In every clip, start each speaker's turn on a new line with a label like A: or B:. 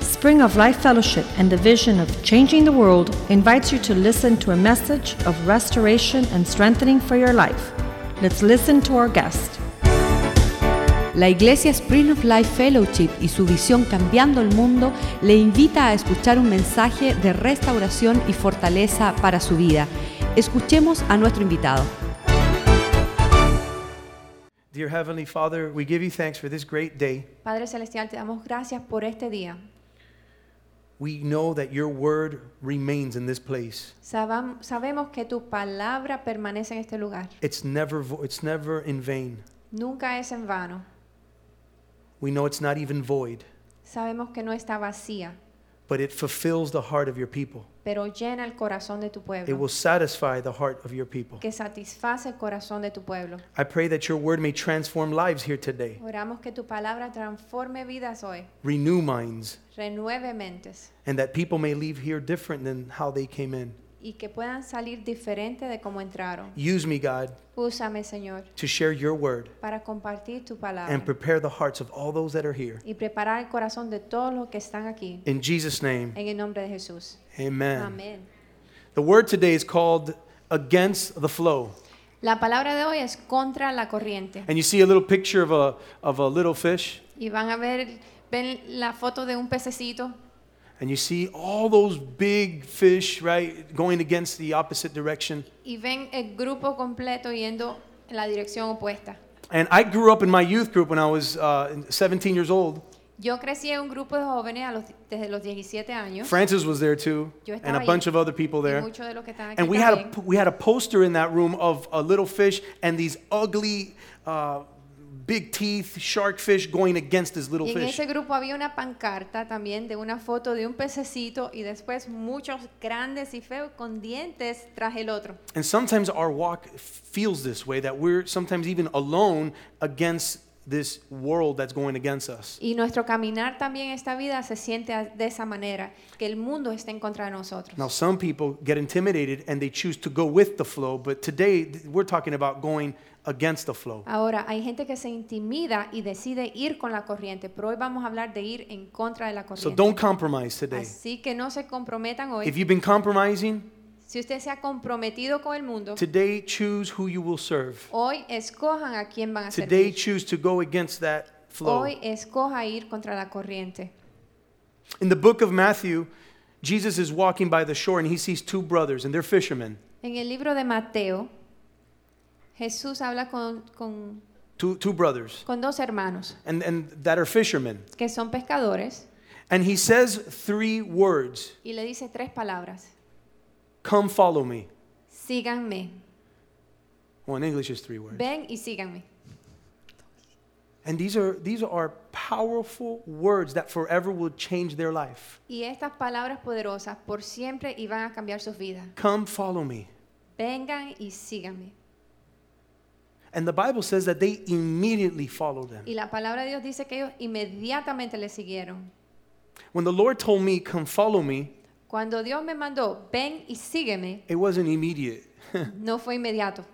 A: Spring of Life Fellowship and the vision of changing the world invites you to listen to a message of restoration and strengthening for your life. Let's listen to our guest.
B: La Iglesia Spring of Life Fellowship y su visión Cambiando el Mundo le invita a escuchar un mensaje de restauración y fortaleza para su vida. Escuchemos a nuestro invitado.
C: Dear Heavenly Father, we give you thanks for this great day.
D: Padre Celestial, te damos gracias por este día.
C: We know that your word remains in this place.
D: Sabam- sabemos que tu palabra permanece en este lugar.
C: It's never, vo- it's never in vain.
D: Nunca es en vano.
C: We know it's not even void,
D: Sabemos que no está vacía,
C: but it fulfills the heart of your people.
D: pero llena el corazón de tu
C: It
D: pueblo.
C: will satisfy the heart of your people.
D: Que satisface el corazón de tu pueblo.
C: I pray that your word may transform lives here today,
D: Oramos que tu palabra transforme vidas hoy,
C: renew minds,
D: renueve mentes
C: and that people may leave here different than how they came in.
D: y que puedan salir diferente de cómo entraron.
C: Use me, God,
D: Úsame, Señor,
C: to share your word
D: para compartir tu palabra
C: and prepare the hearts of all those that are here.
D: y preparar el corazón de todos los que están aquí.
C: In Jesus' name,
D: En el nombre de Jesús.
C: amen.
D: Amén.
C: The word today is called Against the Flow.
D: La palabra de hoy es contra la corriente.
C: And you see a little picture of a, of a little fish,
D: Y van a ver, ven la foto de un pececito
C: and you see all those big fish, right, going against the opposite direction.
D: y ven el grupo completo yendo en la dirección opuesta.
C: And I grew up in my youth group when I was uh, 17 years old.
D: Yo crecí en un grupo de jóvenes a los- desde los 17 años
C: Francis was there too,
D: Yo
C: and a
D: estaba
C: bunch
D: ahí.
C: of other people
D: y
C: there.
D: muchos de los que están aquí
C: And we had, a,
D: también.
C: p- we had a poster in that room of a little fish and these ugly, uh, big teeth shark fish going against this little
D: Y en
C: fish.
D: ese grupo había una pancarta también de una foto de un pececito y después muchos grandes y feos con dientes tras el otro.
C: And sometimes our walk f- feels this way that we're sometimes even alone against this world that's going against us.
D: Y nuestro caminar también en esta vida se siente a- de esa manera, que el mundo está en contra de nosotros.
C: Now, some people get intimidated and they choose to go with the flow, but today th- we're talking about going against the flow.
D: Ahora, hay gente que se intimida y decide ir con la corriente, pero hoy vamos a hablar de ir en contra de la
C: So
D: corriente.
C: don't compromise today.
D: Así que no se comprometan hoy.
C: If you've been compromising,
D: si usted se ha comprometido con el mundo,
C: today choose who you will serve.
D: hoy escojan a quién van a
C: Today
D: servir.
C: choose to go against that flow.
D: Hoy escoja ir contra la corriente.
C: In the book of Matthew, Jesus is walking by the shore and he sees two brothers and they're fishermen.
D: En el libro de Mateo, Jesús habla con, con-
C: Two, two brothers
D: con dos hermanos
C: and, and that are fishermen.
D: que son pescadores
C: And he says three words
D: y le dice tres palabras.
C: Come follow me.
D: Síganme.
C: Well, in English, it's three words.
D: Ven y síganme.
C: And these are, these are powerful words that forever will change their life.
D: Y estas palabras poderosas por siempre iban a cambiar sus vidas.
C: Come follow me.
D: Vengan y síganme.
C: And the Bible says that they immediately follow them.
D: Y la palabra de Dios dice que ellos inmediatamente le siguieron.
C: When the Lord told me, Come follow me,
D: Cuando Dios me mandó, ven y sígueme,
C: it wasn't immediate. it
D: no fue inmediato.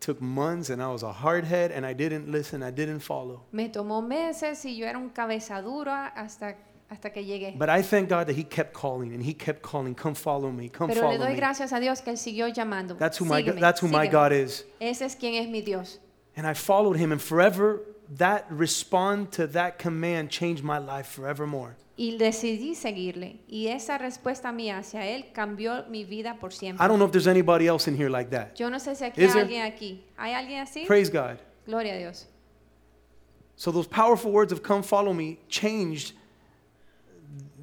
C: took months, and I was a hard head, and I didn't listen, I didn't follow.
D: Me tomó meses y yo era un cabeza dura hasta, hasta que llegué.
C: But I thank God that He kept calling, and He kept calling, Come follow me, come
D: Pero le
C: follow
D: doy
C: me.
D: gracias a Dios que Él siguió llamando.
C: That's who, my,
D: Sígueme,
C: that's who my
D: sígueme.
C: God is.
D: Ese es quien es mi Dios.
C: And I followed him, and forever that respond to that command changed my life forevermore.
D: Y decidí seguirle. Y esa respuesta mía hacia Él cambió mi vida por siempre.
C: I don't know if there's anybody else in here like that.
D: Yo no sé si aquí
C: Is there-
D: hay alguien aquí. ¿Hay alguien así?
C: Praise God.
D: Gloria a Dios.
C: So those powerful words of come follow me changed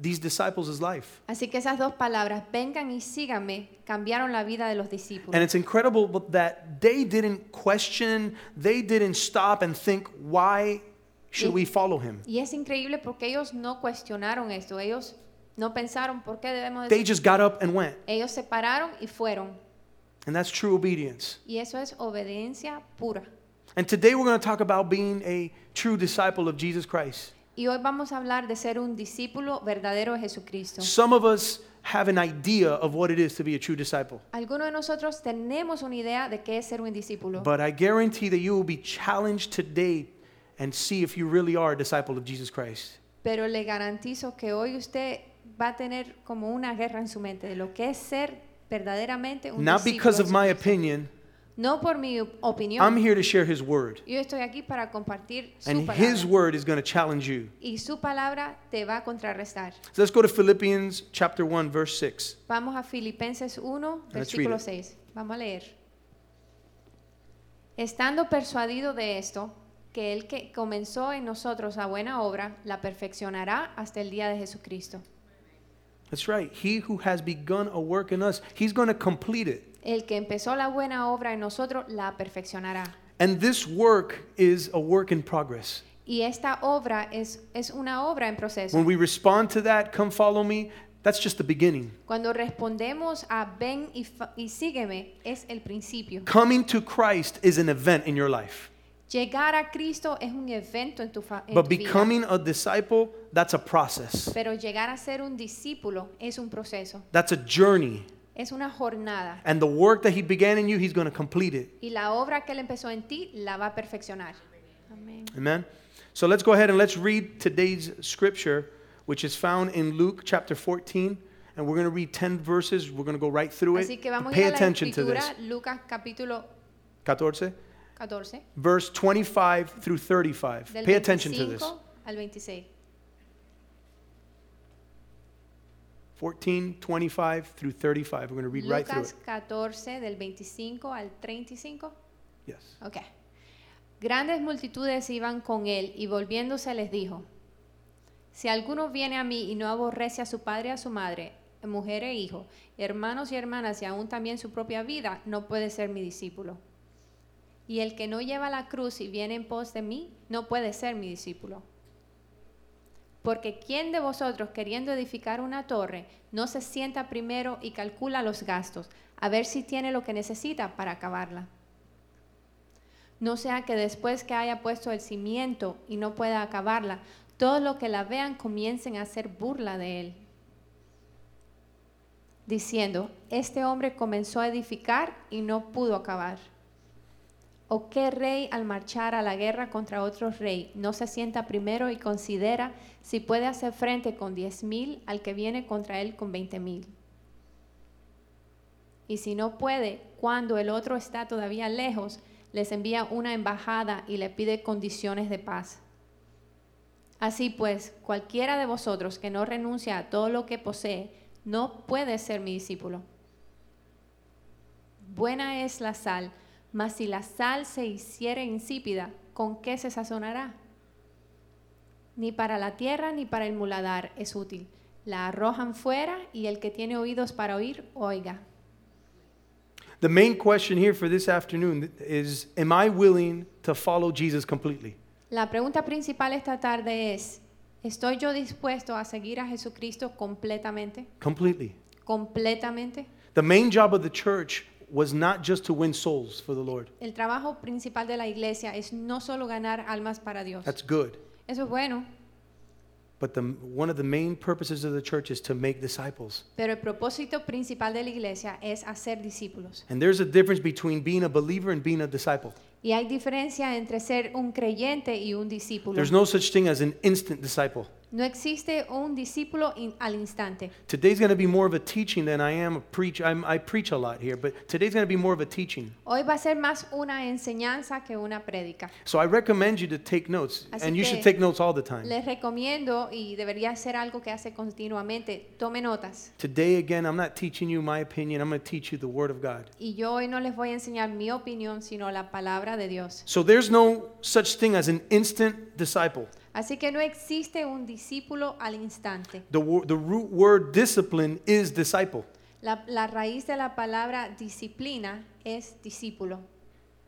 C: these disciples' life.
D: Así que esas dos palabras, vengan y síganme, cambiaron la vida de los
C: And
D: discípulos.
C: it's incredible that they didn't question, they didn't stop and think, why should we follow him?
D: Y es increíble porque ellos no cuestionaron esto. Ellos no pensaron por qué debemos de
C: They just got up and went.
D: Ellos se pararon y fueron.
C: And that's true obedience.
D: Y eso es obediencia pura.
C: And today we're going to talk about being a true disciple of Jesus Christ.
D: Y hoy vamos a hablar de ser un discípulo verdadero de Jesucristo.
C: Some of us have an idea of what it is to be a true disciple.
D: Algunos de nosotros tenemos una idea de qué es ser un discípulo.
C: But I guarantee that you will be challenged today and see if you really are a disciple of Jesus Christ.
D: Pero le garantizo que hoy usted va a tener como una guerra en su mente de lo que es ser verdaderamente un
C: Not
D: discípulo
C: because
D: de
C: of my
D: Jesucristo.
C: opinion,
D: No por mi op- opinión.
C: I'm here to share His Word.
D: Yo estoy aquí para compartir su
C: And
D: palabra.
C: His Word is going to challenge you.
D: y su palabra te va a contrarrestar.
C: So let's go to Philippians chapter 1, verse 6.
D: Vamos a Filipenses 1,
C: read
D: versículo
C: it.
D: 6. Vamos a leer. Estando persuadido de esto, que el que comenzó en nosotros la buena obra, la perfeccionará hasta el día de Jesucristo.
C: That's right. He who has begun a work in us, He's going to complete it.
D: El que empezó la buena obra en nosotros, la perfeccionará.
C: And this work is a work in progress.
D: Y esta obra es, es una obra en proceso.
C: When we respond to that, come follow me, that's just the beginning.
D: Cuando respondemos a ven y, fa- y sígueme, es el principio.
C: Coming to Christ is an event in your life.
D: Llegar a Cristo es un evento en tu, fa- en
C: But
D: tu vida.
C: becoming a disciple, that's a process.
D: Pero llegar a ser un discípulo es un proceso,
C: That's a journey.
D: es una jornada.
C: And the work that he began in you, he's going to complete it.
D: Y la obra que Él empezó en ti la va a perfeccionar. Amén.
C: Amen. So let's go ahead and let's read today's scripture, which is found in Luke chapter 14. And we're going to read 10 verses. We're going to go right through
D: Así
C: it.
D: que vamos a
C: Pay
D: ir a la
C: attention to
D: escritura,
C: this.
D: Lucas capítulo
C: 14,
D: 14,
C: verse 25 through 35.
D: del
C: Pay attention to this.
D: 25 al 26.
C: 14, 25 through 35. We're going to read right through
D: Lucas
C: it.
D: 14, del 25 al 35.
C: Yes.
D: Ok. Grandes multitudes iban con él y volviéndose les dijo, si alguno viene a mí y no aborrece a su padre y a su madre, mujer e hijo, hermanos y hermanas y aún también su propia vida, no puede ser mi discípulo. Y el que no lleva la cruz y viene en pos de mí, no puede ser mi discípulo. Porque ¿quién de vosotros queriendo edificar una torre no se sienta primero y calcula los gastos, a ver si tiene lo que necesita para acabarla? No sea que después que haya puesto el cimiento y no pueda acabarla, todos los que la vean comiencen a hacer burla de él, diciendo, este hombre comenzó a edificar y no pudo acabar. ¿O qué rey al marchar a la guerra contra otro rey no se sienta primero y considera si puede hacer frente con diez mil al que viene contra él con veinte mil? Y si no puede, cuando el otro está todavía lejos, les envía una embajada y le pide condiciones de paz. Así pues, cualquiera de vosotros que no renuncia a todo lo que posee, no puede ser mi discípulo. Buena es la sal, mas si la sal se hiciere insípida, ¿con qué se sazonará? Ni para la tierra ni para el muladar es útil. La arrojan fuera y el que tiene oídos para oír, oiga.
C: The main question here for this afternoon is Am I willing to follow Jesus completely?
D: La pregunta principal esta tarde es, ¿estoy yo dispuesto a seguir a Jesucristo completamente?
C: Completely.
D: Completamente.
C: The main job of the church was not just to win souls for the Lord.
D: El trabajo principal de la iglesia es no solo ganar almas para Dios.
C: That's good.
D: Eso es bueno,
C: But the, one of the main purposes of the church is to make disciples.
D: pero el propósito principal de la iglesia es hacer discípulos.
C: And there's a difference between being a believer and being a disciple.
D: Y hay diferencia entre ser un creyente y un discípulo.
C: There's no such thing as an instant disciple.
D: No existe un discípulo in- al instante.
C: Today's going to be more of a teaching than I am a preach. I'm, I preach a lot here, but today's going to be more of a teaching.
D: Hoy va a ser más una enseñanza que una prédica.
C: So I recommend you to take notes,
D: Así
C: and you should
D: que
C: take notes all the time.
D: Les recomiendo y debería ser algo que hace continuamente. Tome notas.
C: Today, again, I'm not teaching you my opinion. I'm going to teach you the Word of God.
D: Y yo hoy no les voy a enseñar mi opinión, sino la palabra de Dios.
C: So there's no such thing as an instant disciple.
D: Así que no existe un discípulo al instante.
C: The, wo- the root word discipline is disciple.
D: La, la raíz de la palabra disciplina es discípulo.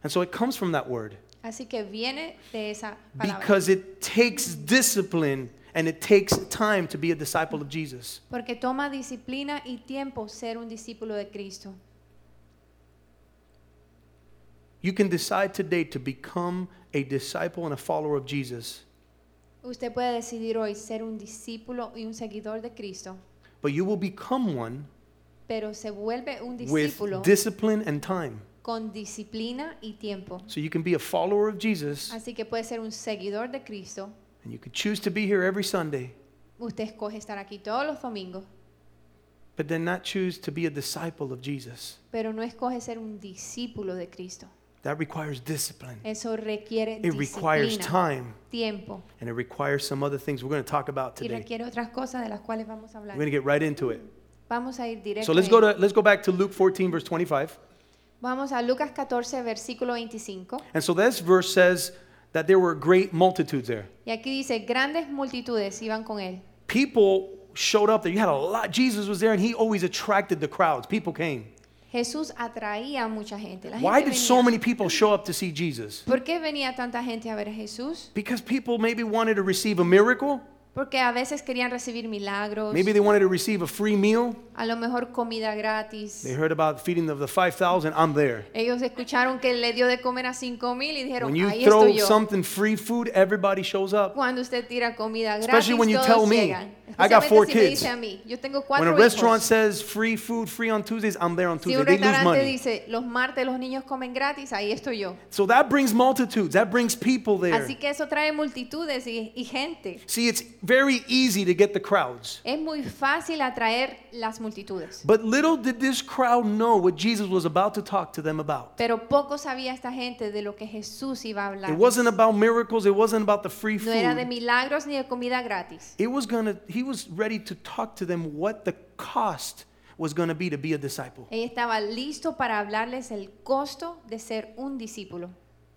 C: And so it comes from that word
D: Así que viene de esa palabra.
C: because it takes discipline and it takes time to be a disciple of Jesus.
D: Porque toma disciplina y tiempo ser un discípulo de Cristo.
C: You can decide today to become a disciple and a follower of Jesus,
D: Usted puede decidir hoy ser un discípulo y un seguidor de Cristo,
C: but you will become one
D: pero se vuelve un
C: with
D: discípulo
C: discipline and time.
D: con disciplina y tiempo.
C: So you can be a follower of Jesus
D: Así que puede ser un seguidor de Cristo
C: and you can choose to be here every Sunday
D: Usted escoge estar aquí todos los domingos,
C: but then not choose to be a disciple of Jesus.
D: pero no escoge ser un discípulo de Cristo.
C: That requires discipline.
D: Eso requiere
C: It requires
D: disciplina,
C: time,
D: tiempo
C: and it requires some other things we're going to talk about
D: y
C: today.
D: requiere otras cosas de las cuales vamos a hablar.
C: We're going to get right into it.
D: Vamos a ir
C: So let's go
D: directo.
C: to let's go back to Luke 14 verse 25.
D: Vamos a Lucas 14, versículo 25.
C: And so this verse says that there were great multitudes there.
D: Y aquí dice, grandes multitudes iban con él.
C: People showed up there. You had a lot. Jesus was there, and he always attracted the crowds. People came.
D: Jesús atraía a mucha gente. La
C: Why
D: gente
C: did so
D: venía.
C: many people show up to see Jesus?
D: ¿Por qué venía tanta gente a ver a Jesús?
C: Because people maybe wanted to receive a miracle.
D: Porque a veces querían recibir milagros,
C: Maybe they wanted to receive a free meal.
D: a lo mejor comida gratis.
C: They heard about feeding of the 5,000. I'm there.
D: Ellos escucharon que le dio de comer a cinco mil y dijeron,
C: When you
D: ahí
C: throw
D: estoy yo.
C: something free food, everybody shows up.
D: Cuando usted tira comida gratis,
C: Especially when you
D: todos
C: tell me,
D: llegan.
C: I got
D: Especialmente
C: four
D: si me
C: kids.
D: dice a mí, yo tengo
C: When
D: cuatro
C: a restaurant
D: hijos.
C: says free food, free on Tuesdays, I'm there on
D: Si
C: Tuesday.
D: un
C: They lose
D: restaurante
C: money.
D: dice, los martes los niños comen gratis, ahí estoy yo.
C: So that brings multitudes. That brings people there.
D: Así que eso trae multitudes y, y gente.
C: See, it's very easy to get the crowds.
D: Es muy fácil atraer las multitudes.
C: But little did this crowd know what Jesus was about to talk to them about.
D: Pero poco sabía esta gente de lo que Jesús iba a hablar.
C: It wasn't about miracles, it wasn't about the free
D: No era de
C: food.
D: milagros ni de comida gratis.
C: It was going to he was ready to talk to them what the cost was going to be to be a disciple.
D: Él estaba listo para hablarles el costo de ser un discípulo,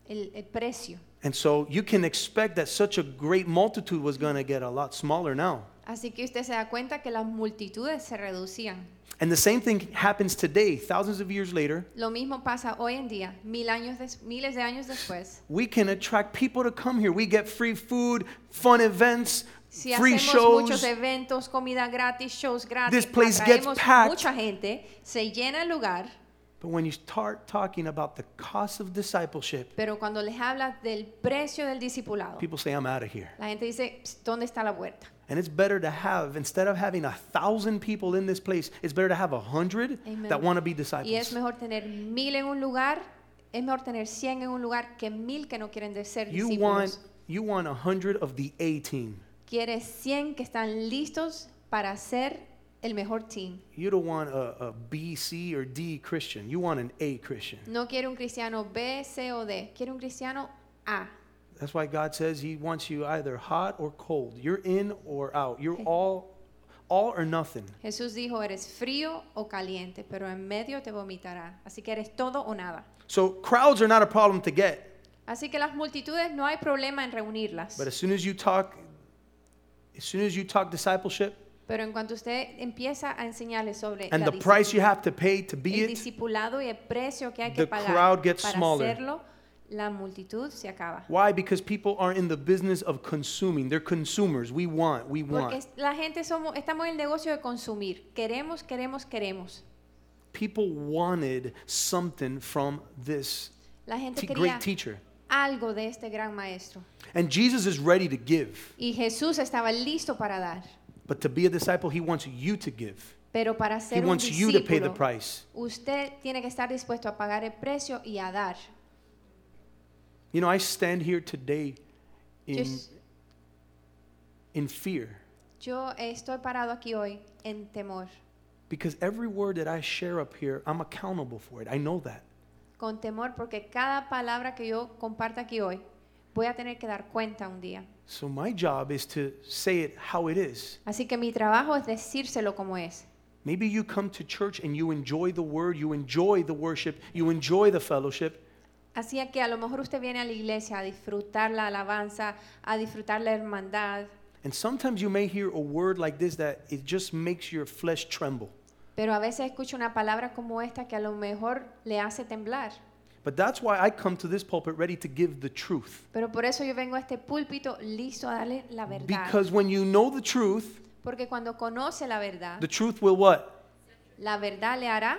D: el, el precio.
C: And so you can expect that such a great multitude was going to get a lot smaller now.
D: Así que usted se da cuenta que las multitudes se reducían.
C: And the same thing happens today, thousands of years later.
D: Lo mismo pasa hoy en día, mil años des- miles de años después.
C: We can attract people to come here. We get free food, fun events,
D: Si
C: free
D: hacemos
C: shows.
D: muchos eventos, comida gratis, shows
C: This
D: gratis,
C: place gets
D: atraemos
C: packed.
D: mucha gente, se llena el lugar,
C: But when you start talking about the cost of discipleship,
D: pero cuando les hablas del precio del discipulado,
C: people say, I'm out of here.
D: la gente dice, "Ps, ¿dónde está la puerta?
C: And it's better to have, instead of having a thousand people in this place, it's better to have a hundred
D: Amen.
C: that want to be
D: Y es
C: disciples.
D: mejor tener mil en un lugar, es mejor tener 100 en un lugar que mil que no quieren de ser
C: You want,
D: discípulos.
C: you want a hundred of the A team.
D: Quieres 100 que están listos para ser el mejor team.
C: You don't want a, a B, C, or D Christian. You want an A Christian.
D: No quiere un cristiano B, C o D, quiere un cristiano A.
C: That's why God says He wants you either hot or cold. You're in or out. You're all, all or nothing.
D: Jesús dijo, eres frío o caliente, pero en medio te vomitará. Así que eres todo o nada.
C: So crowds are not a problem to get.
D: Así que las multitudes no hay problema en reunirlas.
C: But as soon as you talk, as soon as you talk discipleship
D: Pero en cuanto usted empieza a enseñarles sobre
C: and
D: Eh, la eh,
C: the price you have to pay to be it,
D: el discipulado y el precio que hay
C: the
D: que pagar
C: crowd gets
D: para
C: smaller.
D: hacerlo, la multitud se acaba.
C: why? Because people are in the business of consuming. They're consumers. We want, we
D: Porque
C: want.
D: es- la gente somos, estamos en el negocio de consumir. Queremos, queremos, queremos.
C: People wanted something from this
D: La gente
C: te-
D: quería
C: great teacher.
D: algo de este gran maestro.
C: And Jesus is ready to give.
D: Y Jesús estaba listo para dar.
C: But to be a disciple, he wants you to give.
D: Pero para
C: He
D: ser un
C: wants you to pay the
D: discípulo,
C: price.
D: usted tiene que estar dispuesto a pagar el precio y a dar.
C: You know, I stand here today
D: Yo,
C: in, in fear
D: yo estoy parado aquí hoy en temor,
C: because every word that I share up here, I'm accountable for it. I know that.
D: con temor porque cada palabra que yo comparto aquí hoy voy a tener que dar cuenta un día.
C: So my job is to say it how it is.
D: Así que mi trabajo es decírselo como es.
C: Maybe you come to church and you enjoy the word, you enjoy the worship, you enjoy the fellowship,
D: Así que a lo mejor usted viene a la iglesia a disfrutar la alabanza, a disfrutar la hermandad,
C: and sometimes you may hear a word like this that it just makes your flesh tremble.
D: pero a veces escucha una palabra como esta que a lo mejor le hace temblar.
C: But that's why I come to this pulpit ready to give the truth.
D: Pero por eso yo vengo a este púlpito listo a darle la verdad.
C: Because when you know the truth,
D: Porque cuando conoce la verdad,
C: the truth will what?
D: la verdad le hará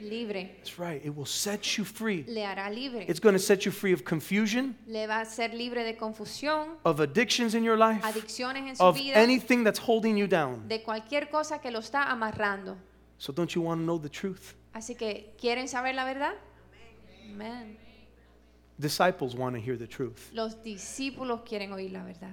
D: libre,
C: That's right. It will set you free.
D: le hará libre.
C: It's going to set you free of confusion,
D: Le va a ser libre de confusión,
C: of addictions in your life,
D: adicciones en su
C: of
D: vida,
C: anything that's holding you down.
D: de cualquier cosa que lo está amarrando.
C: So don't you want to know the truth?
D: Así que, ¿quieren saber la verdad? Amén.
C: Disciples want to hear the truth.
D: Los discípulos quieren oír la verdad.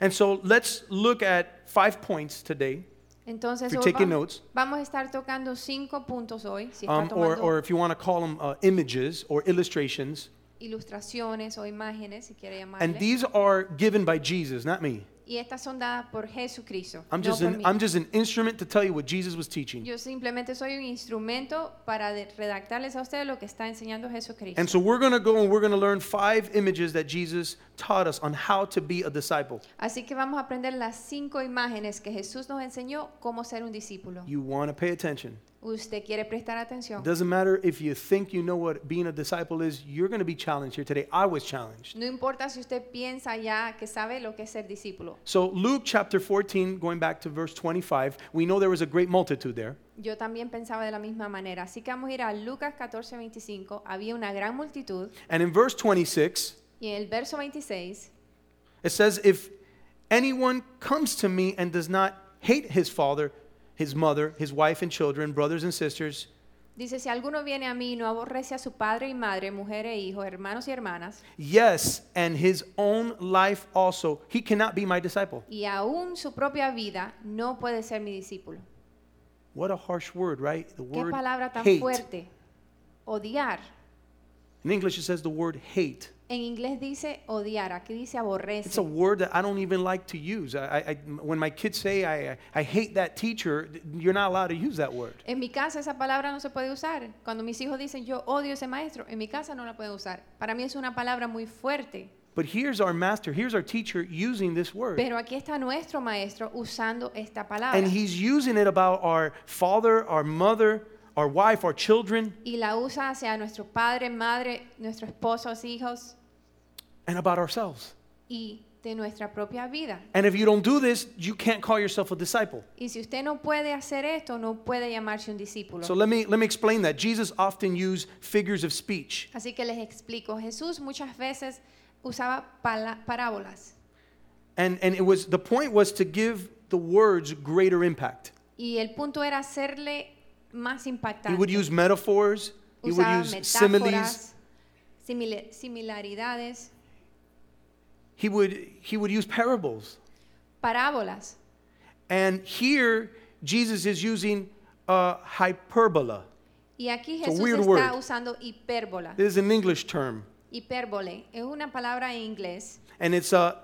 C: And so let's look at five points today,
D: Entonces,
C: If you're
D: hoy
C: taking
D: vamos,
C: notes.
D: vamos a estar tocando cinco puntos hoy, si está
C: um, or,
D: tomando
C: or if you want to call them uh, images or illustrations.
D: ilustraciones o imágenes, si quiere
C: And
D: llamarle.
C: these are given by Jesus, not me.
D: Y estas son dadas por Jesucristo.
C: I'm
D: no
C: just,
D: por
C: an,
D: mí.
C: I'm just an instrument to tell you what Jesus was teaching.
D: Yo simplemente soy un instrumento para de- redactarles a ustedes lo que está enseñando Jesucristo.
C: And so we're going to go and we're going to learn five images that Jesus taught us on how to be a disciple.
D: Así que vamos a aprender las cinco imágenes que Jesús nos enseñó cómo ser un discípulo.
C: You want to pay attention.
D: Usted quiere prestar atención.
C: Doesn't matter if you think you know what being a disciple is, you're going to be challenged here today. I was challenged.
D: No importa si usted piensa ya que sabe lo que es ser discípulo.
C: So, Luke chapter 14, going back to verse 25, we know there was a great multitude there.
D: Yo también pensaba de la misma manera. Así que vamos a ir a Lucas 14, 25. Había una gran multitud.
C: And in verse 26,
D: Y en el verso 26
C: it says, If anyone comes to me and does not hate his father, his mother, his wife and children, brothers and sisters,
D: dice, si alguno viene a mí y no aborrece a su padre y madre, mujer e hijo, hermanos y hermanas,
C: yes, and his own life also, he cannot be my disciple.
D: y aún su propia vida, no puede ser mi discípulo.
C: What a harsh word, right? The
D: Qué
C: word
D: palabra tan
C: hate.
D: fuerte. Odiar.
C: In English, it says the word hate.
D: En inglés dice odiar, aquí dice
C: It's a
D: aborrece.
C: word that I don't even like to use. I, I, I- when my kids say I, I, I hate that teacher, you're not allowed to use that word.
D: En mi casa esa palabra no se puede usar. Cuando mis hijos dicen yo odio ese maestro, en mi casa no la pueden usar. Para mí es una palabra muy fuerte.
C: But here's our master, here's our teacher using this word.
D: Pero aquí está nuestro maestro usando esta palabra.
C: And he's using it about our father, our mother, our wife, our children,
D: y la usa hacia nuestro padre, madre, nuestros esposos, hijos
C: and about ourselves.
D: y de nuestra propia vida.
C: And if you don't do this, you can't call yourself a disciple.
D: Y si usted no puede hacer esto, no puede llamarse un discípulo.
C: So let me, let me explain that. Jesus often used figures of speech.
D: Así que les explico, Jesús muchas veces usaba pala- parábolas
C: And, and it was, the point was to give the words greater impact.
D: y el punto era hacerle más
C: He
D: impactante.
C: would use metaphors, he would
D: usaba
C: use similes.
D: metáforas, simile- similaridades,
C: he would he would use parables
D: parábolas.
C: and here jesus is using uh, hyperbola
D: Y aquí
C: It's a
D: Jesús
C: weird
D: está
C: word.
D: usando hipérbola.
C: this is an english term
D: Hipérbole es una palabra en inglés
C: and it's a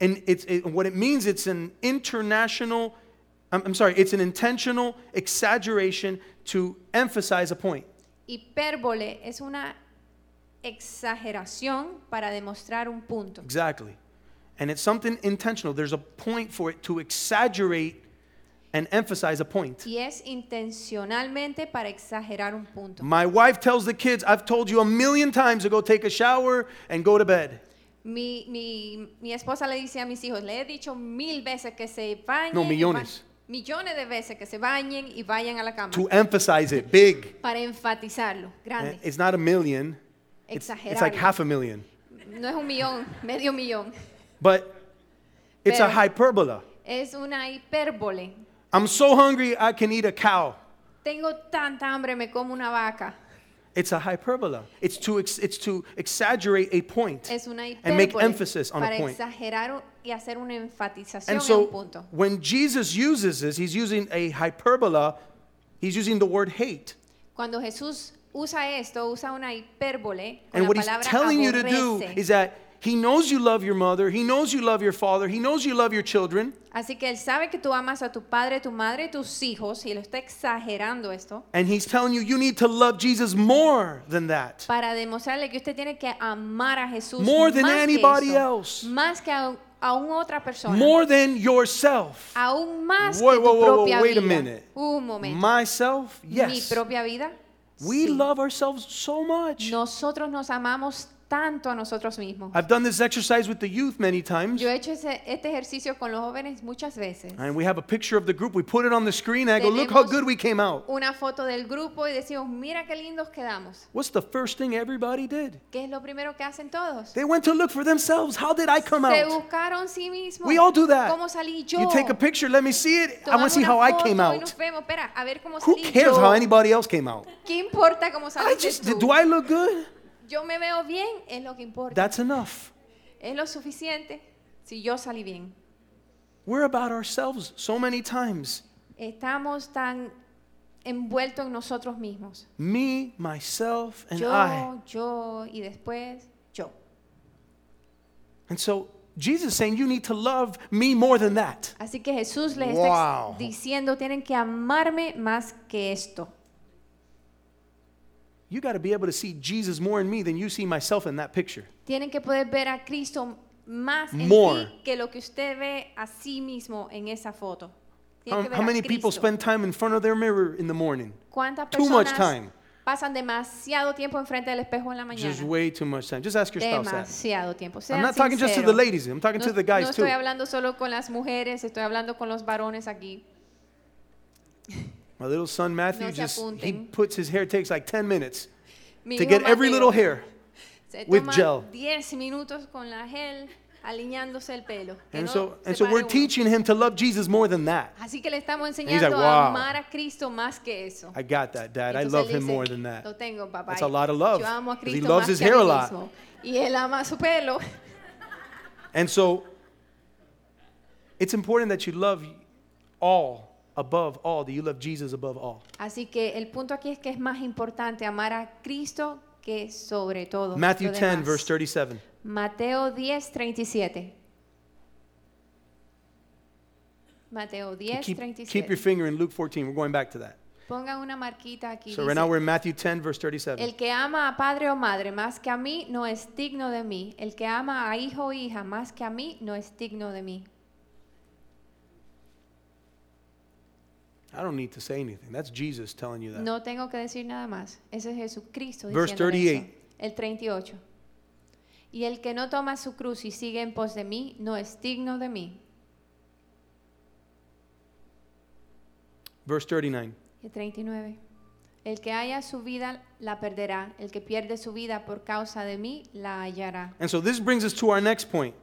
C: and it's it, what it means it's an international I'm, I'm sorry it's an intentional exaggeration to emphasize a point
D: Hipérbole es una exageración para demostrar un punto.
C: exactly and it's something intentional there's a point for it to exaggerate and emphasize a point
D: Y es intencionalmente para exagerar un punto.
C: my wife tells the kids i've told you a million times to go take a shower and go to bed
D: Mi, mi- mi esposa le dice a mis hijos, le he dicho mil veces que se bañen.
C: No,
D: y va-
C: millones.
D: millones de veces que se bañen y vayan a la cama.
C: to Eh, emphasize it big
D: Para enfatizarlo,
C: And
D: grande.
C: It's not a million. It's, it's like
D: Exagerarlo.
C: half a million.
D: no es un millón, medio millón.
C: But it's a
D: Pero-
C: hyperbola.
D: Es una hipérbole.
C: I'm so hungry I can eat a cow.
D: Tengo tanta hambre, me como una vaca.
C: It's a hyperbola. It's to, ex, it's to exaggerate a point
D: Es una
C: and make
D: hipérbole
C: emphasis on
D: para
C: a point.
D: exagerar un- y hacer una enfatización
C: And
D: en un
C: so
D: punto.
C: when Jesus uses this, he's using a hyperbola. He's using the word hate.
D: Cuando Jesús usa esto, usa una hipérbole con
C: And
D: la
C: what he's
D: palabra
C: telling you to do
D: aborrece.
C: is that he knows you love your mother. He knows you love your father. He knows you love your children.
D: Así que él sabe que tú amas a tu padre, tu madre y tus hijos y lo está exagerando esto
C: And he's telling you, you need to love Jesus more than that.
D: para demostrarle que usted tiene que amar a Jesús
C: More than
D: más que
C: anybody
D: eso,
C: else.
D: más que a, a un otra persona,
C: More than yourself.
D: aún más
C: Whoa,
D: que tu
C: whoa, whoa, whoa,
D: propia
C: wait a
D: vida.
C: minute.
D: Un momento.
C: Myself,
D: Mi
C: yes.
D: propia vida.
C: We
D: Sí.
C: love ourselves so much.
D: Nosotros nos amamos tanto a nosotros mismos.
C: I've done this exercise with the youth many times.
D: Yo he hecho ese- este ejercicio con los jóvenes muchas veces.
C: And we have a picture of the group. We put it on the screen. I go, look how
D: Tenemos-
C: good we came out.
D: Una foto del grupo y decimos, mira qué lindos quedamos.
C: What's the first thing everybody did?
D: ¿Qué es lo primero que hacen todos?
C: They went to look for themselves. How did I come
D: Se
C: out?
D: buscaron sí mismos.
C: We all do that.
D: ¿Cómo salí yo?
C: You take a picture, let me see it. I
D: Tomamos
C: want to see
D: una
C: how I
D: foto
C: came
D: Y
C: out.
D: nos vemos. Espera, a ver cómo
C: Who
D: salí
C: cares
D: yo.
C: how anybody else came out?
D: ¿Qué importa cómo
C: I
D: salí
C: just
D: tú?
C: do I look good?
D: Yo me veo bien, es lo que importa.
C: That's enough.
D: Es lo suficiente si yo salí bien.
C: We're about ourselves so many times.
D: Estamos tan envueltos en nosotros mismos.
C: Me, myself, and
D: yo,
C: I.
D: yo y después yo.
C: And so Jesus is saying, You need to love me more than that.
D: Así que Jesús les está
C: Wow.
D: ex- diciendo, tienen que amarme más que esto.
C: You got to be able to see Jesus more in me than you see myself in that picture.
D: Tienen que poder ver a Cristo más en
C: More.
D: ti que lo que usted ve a sí mismo en esa foto. Tiene
C: How,
D: que ver
C: how
D: a
C: many people
D: Cristo.
C: spend time in front of their mirror in the morning?
D: ¿Cuántas
C: too much
D: personas
C: time?
D: pasan demasiado tiempo enfrente del espejo en la mañana?
C: Just way too much time. Just ask your spouse that.
D: demasiado tiempo. Sean
C: I'm not talking just to the
D: sinceros.
C: ladies, I'm talking
D: no,
C: to the guys
D: no
C: too.
D: estoy hablando solo con las mujeres, estoy hablando con los varones aquí.
C: My little son Matthew
D: No se
C: just he
D: apunten.
C: puts his hair takes like 10 minutes
D: Mi
C: to
D: hijo
C: get every
D: Mateo
C: little hair.
D: se
C: with
D: toma
C: gel.
D: 10 minutos con la gel alineándose el pelo. que
C: And
D: no
C: so
D: se
C: and so
D: pare
C: we're
D: uno.
C: teaching him to love Jesus more than that.
D: Así que le
C: like,
D: estamos enseñando a
C: "Wow."
D: amar a Cristo más que eso.
C: I got that, Dad. I
D: Entonces
C: love
D: él
C: him
D: dice,
C: more than that.
D: Lo tengo, papá.
C: That's a lot of love,
D: Yo amo a
C: 'cause he
D: Cristo
C: loves
D: más
C: his
D: que a mí
C: hair a lot.
D: mismo. Y él ama su pelo.
C: And so it's important that you love all above all, that you love Jesus above all.
D: Así que el punto aquí es que es más importante amar a Cristo que sobre todo.
C: Matthew
D: lo
C: 10,
D: demás.
C: verse 37.
D: Mateo 10, 37. Mateo 10,
C: Keep,
D: 37.
C: keep your finger in Luke 14. We're going back to that.
D: Pongan una marquita aquí.
C: So
D: dice,
C: right now we're in Matthew 10, verse 37.
D: El que ama a padre o madre más que a mí no es digno de mí. El que ama a hijo o hija más que a mí no es digno de mí.
C: I don't need to say anything. That's Jesus telling you that.
D: No tengo que decir nada más. Ese es Jesucristo
C: Verse
D: diciendo
C: 38.
D: El 38. Y el que no toma su cruz y sigue en pos de mí no es digno de mí.
C: Verse 39.
D: El 39. El que haya su vida la perderá. El que pierde su vida por causa de mí la hallará.
C: And so this brings us to our next point.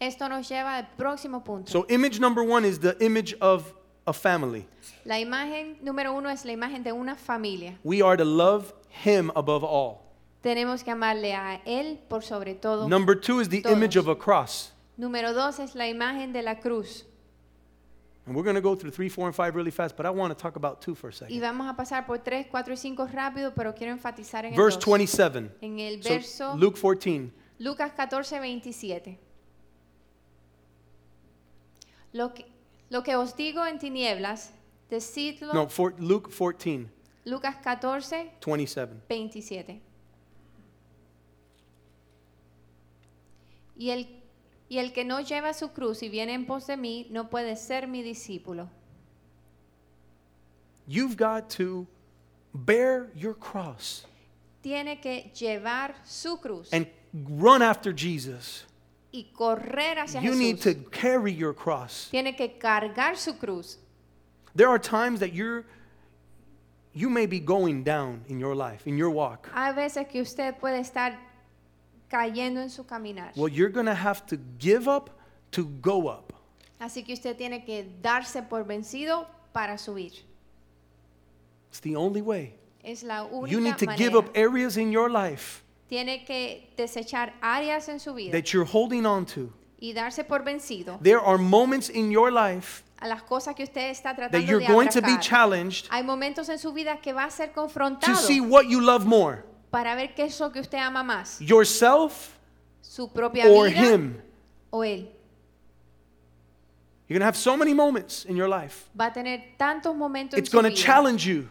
D: Esto nos lleva al próximo punto.
C: So image number one is the image of a family.
D: la imagen número uno es la imagen de una familia.
C: We are to love him above all.
D: Tenemos que amarle a Él por sobre todo.
C: Number two is the
D: Todos.
C: image of a cross.
D: Número dos es la imagen de la cruz.
C: And we're going to go through three, four, and five really fast, but I want to talk about two for a
D: Y
C: second.
D: vamos a pasar por 3, 4 y 5 rápido, pero quiero enfatizar en
C: Verse
D: el dos.
C: 27.
D: En el
C: So,
D: verso
C: Luke 14.
D: Lucas 14, 27. Lo que, lo que os digo en tinieblas, decidlo
C: No, for, Luke 14,
D: Lucas 14,
C: 27.
D: 27. Y el, y el que no lleva su cruz y viene en pos de mí, no puede ser mi discípulo.
C: You've got to bear your cross
D: Tiene que llevar su cruz
C: and run after Jesus.
D: y correr hacia
C: You need to
D: Jesús.
C: carry your cross.
D: Tiene que cargar su cruz.
C: There are times that you're you may be going down in your life, in your walk.
D: Hay veces que usted puede estar cayendo en su caminar.
C: Well, you're going to have to give up to go up.
D: Así que usted tiene que darse por vencido para subir.
C: It's the only way.
D: Es la
C: You need
D: única
C: to give up
D: manera.
C: areas in your life
D: Tiene que desechar áreas en su vida
C: that you're holding on to.
D: y darse por vencido
C: There are moments in your life
D: a las cosas que usted está
C: that
D: tratando
C: you're
D: de
C: going to be
D: atracar.
C: challenged
D: Hay momentos en su vida que va a ser
C: to
D: confrontado
C: see what you love more,
D: para ver qué es lo que usted ama más,
C: yourself
D: su propia
C: or
D: vida
C: him.
D: o él.
C: You're going to have so many moments in your life.
D: Va a tener tantos momentos en
C: It's
D: su
C: going to
D: vida
C: challenge you.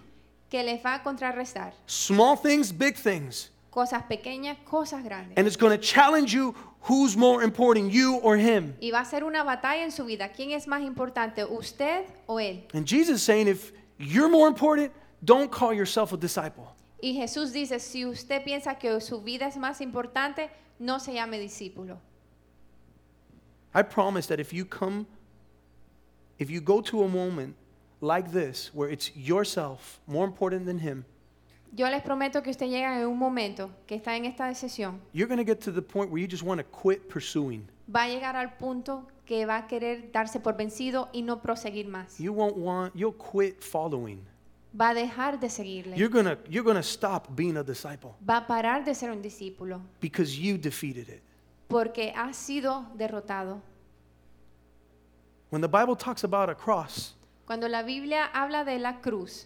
D: que les va a contrarrestar.
C: Small things, big things.
D: cosas pequeñas, cosas grandes.
C: And it's going to challenge you who's more important, you or him.
D: y va a ser una batalla en su vida. ¿Quién es más importante, usted o él?
C: And Jesus is saying if you're more important, don't call yourself a disciple.
D: Y Jesús dice, si usted piensa que su vida es más importante, no se llame discípulo.
C: I promise that if you come, if you go to a moment like this where it's yourself more important than him,
D: Yo les prometo que usted llega en un momento que está en esta decisión.
C: you're going to get to the point where you just want to quit pursuing.
D: Va a llegar al punto que va a querer darse por vencido y no proseguir más.
C: You won't want, you'll quit following.
D: Va a dejar de seguirle.
C: You're going to you're going to stop being a disciple
D: Va a parar de ser un discípulo
C: because you defeated it.
D: porque ha sido derrotado.
C: When the Bible talks about a cross,
D: Cuando la Biblia habla de la cruz,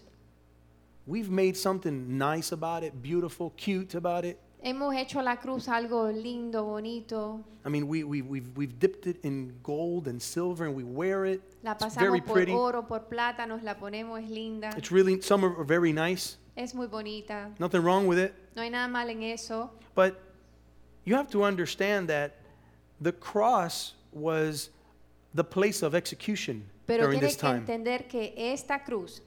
C: we've made something nice about it, beautiful, cute about it.
D: hemos hecho la cruz algo lindo, bonito,
C: I mean, we, we, we've, we've dipped it in gold and silver and we wear it.
D: la
C: It's very
D: pasamos por
C: pretty.
D: oro, por plata, nos la ponemos, es linda,
C: It's really, some are very nice.
D: es muy bonita,
C: Nothing wrong with it.
D: no hay nada mal en eso,
C: But you have to understand that the cross was the place of execution
D: pero
C: during this
D: tienes que
C: time.
D: entender que esta cruz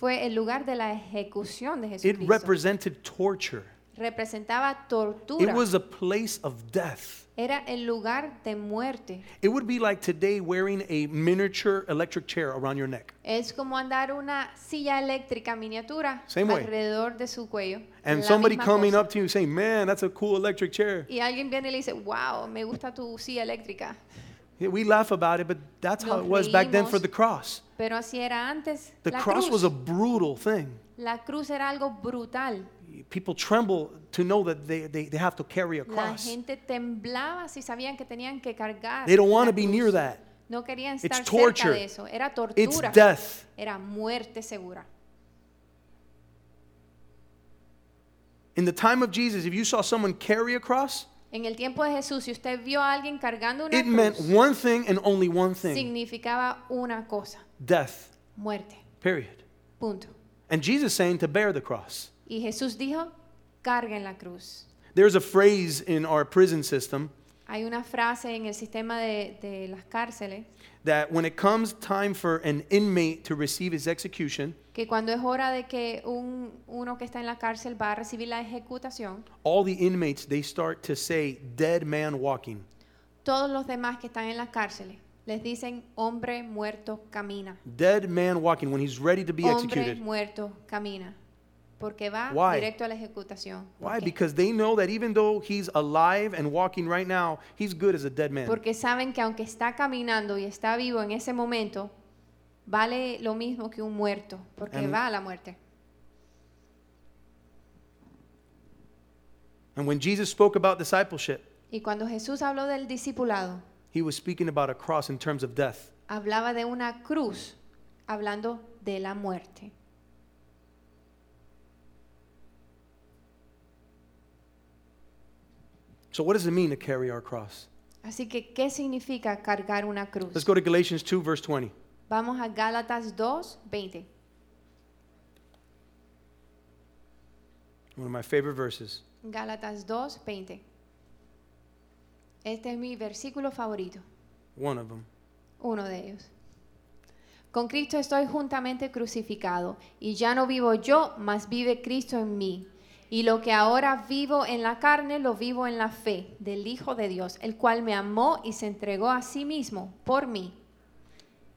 D: fue el lugar de la ejecución de
C: It
D: Jesucristo.
C: represented torture.
D: Representaba tortura,
C: It was a place of death.
D: era el lugar de muerte.
C: It would be like today wearing a miniature electric chair around your neck
D: Es como andar una silla eléctrica miniatura
C: Same way.
D: alrededor de su cuello.
C: and
D: la
C: somebody
D: misma
C: coming
D: cosa.
C: up to you saying, "Man, that's a cool electric chair."
D: Y alguien viene y le dice, wow, me gusta tu silla eléctrica.
C: Yeah, We laugh about it, but that's how
D: Nos
C: it was back then for
D: reímos.
C: the cross.
D: Pero así era antes.
C: The
D: la
C: cross
D: cruz.
C: was a brutal thing.
D: La cruz era algo brutal.
C: People tremble to know that they, they, they have to carry a
D: La
C: cross.
D: gente temblaba si sabían que tenían que cargar.
C: They don't want to
D: la
C: be
D: cruz.
C: near that.
D: No querían
C: It's
D: estar cerca
C: torture.
D: de eso. Era
C: It's
D: tortura.
C: death.
D: Era muerte segura.
C: In the time of Jesus, if you saw someone carry a cross,
D: En el tiempo de Jesús, si usted vio a alguien cargando una
C: it meant
D: cruz,
C: one thing and only one thing
D: significaba una cosa,
C: death,
D: muerte.
C: period.
D: Punto.
C: And Jesus saying to bear the cross.
D: Y Jesús dijo, carguen la cruz.
C: There's a phrase in our prison system
D: Hay una frase en el sistema de, de las cárceles
C: that when it comes time for an inmate to receive his execution,
D: que cuando es hora de que un, uno que está en la cárcel va a recibir la ejecutación,
C: all the inmates they start to say dead man walking.
D: todos los demás que están en las cárceles les dicen, hombre muerto camina.
C: Dead man walking when he's ready to be
D: Hombre
C: executed.
D: muerto camina. Porque va
C: Why?
D: directo a la ejecutación. ¿Por
C: Why?
D: qué?
C: Because they know that even though he's alive and walking right now, he's good as a dead man.
D: Porque saben que aunque está caminando y está vivo en ese momento, vale lo mismo que un muerto, porque
C: And-
D: va a la muerte.
C: And when Jesus spoke about discipleship,
D: Y cuando Jesús habló del discipulado,
C: he was speaking about a cross in terms of death.
D: hablaba de una cruz, hablando de la muerte.
C: So what does it mean to carry our cross?
D: Así que, ¿qué significa cargar una cruz?
C: Let's go to Galatians 2 verse 20.
D: Vamos a Gálatas 2, 20.
C: One of my favorite verses.
D: Gálatas 2, 20. Este es mi versículo favorito,
C: One of them.
D: uno de ellos. Con Cristo estoy juntamente crucificado, y ya no vivo yo, mas vive Cristo en mí. Y lo que ahora vivo en la carne, lo vivo en la fe del Hijo de Dios, el cual me amó y se entregó a sí mismo por mí.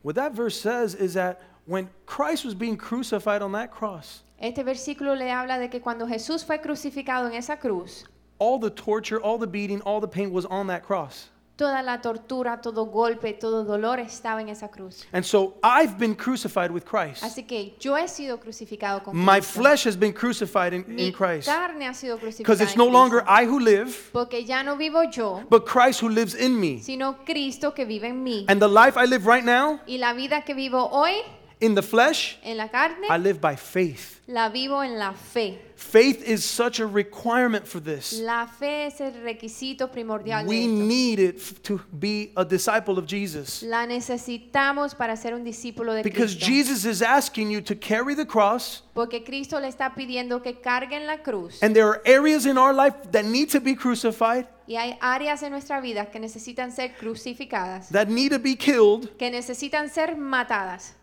C: What that verse says is that when Christ was being crucified on that cross,
D: Este versículo le habla de que cuando Jesús fue crucificado en esa cruz,
C: all the torture, all the beating, all the pain was on that cross.
D: toda la tortura, todo golpe, todo dolor estaba en esa cruz.
C: And so I've been crucified with Christ.
D: Así que yo he sido crucificado con
C: My
D: Cristo.
C: flesh has been crucified in,
D: Mi
C: in Christ.
D: carne ha sido
C: Because
D: crucificada.
C: it's
D: en
C: no
D: Cristo.
C: longer I who live,
D: porque ya no vivo yo,
C: but Christ who lives in me.
D: sino Cristo que vive en mí.
C: And the life I live right now
D: y la vida que vivo hoy
C: in the flesh,
D: en la carne,
C: I live by faith.
D: la vivo en la fe.
C: Faith is such a requirement for this.
D: La fe es el requisito primordial. de
C: We
D: esto.
C: need it f- to be a disciple of Jesus.
D: La necesitamos para ser un discípulo de
C: Because
D: Cristo.
C: Jesus is asking you to carry the cross,
D: porque Cristo le está pidiendo que carguen la cruz.
C: and there are areas in our life that need to be crucified,
D: Y hay áreas en nuestra vida que necesitan ser crucificadas,
C: that need to be killed,
D: que necesitan ser matadas.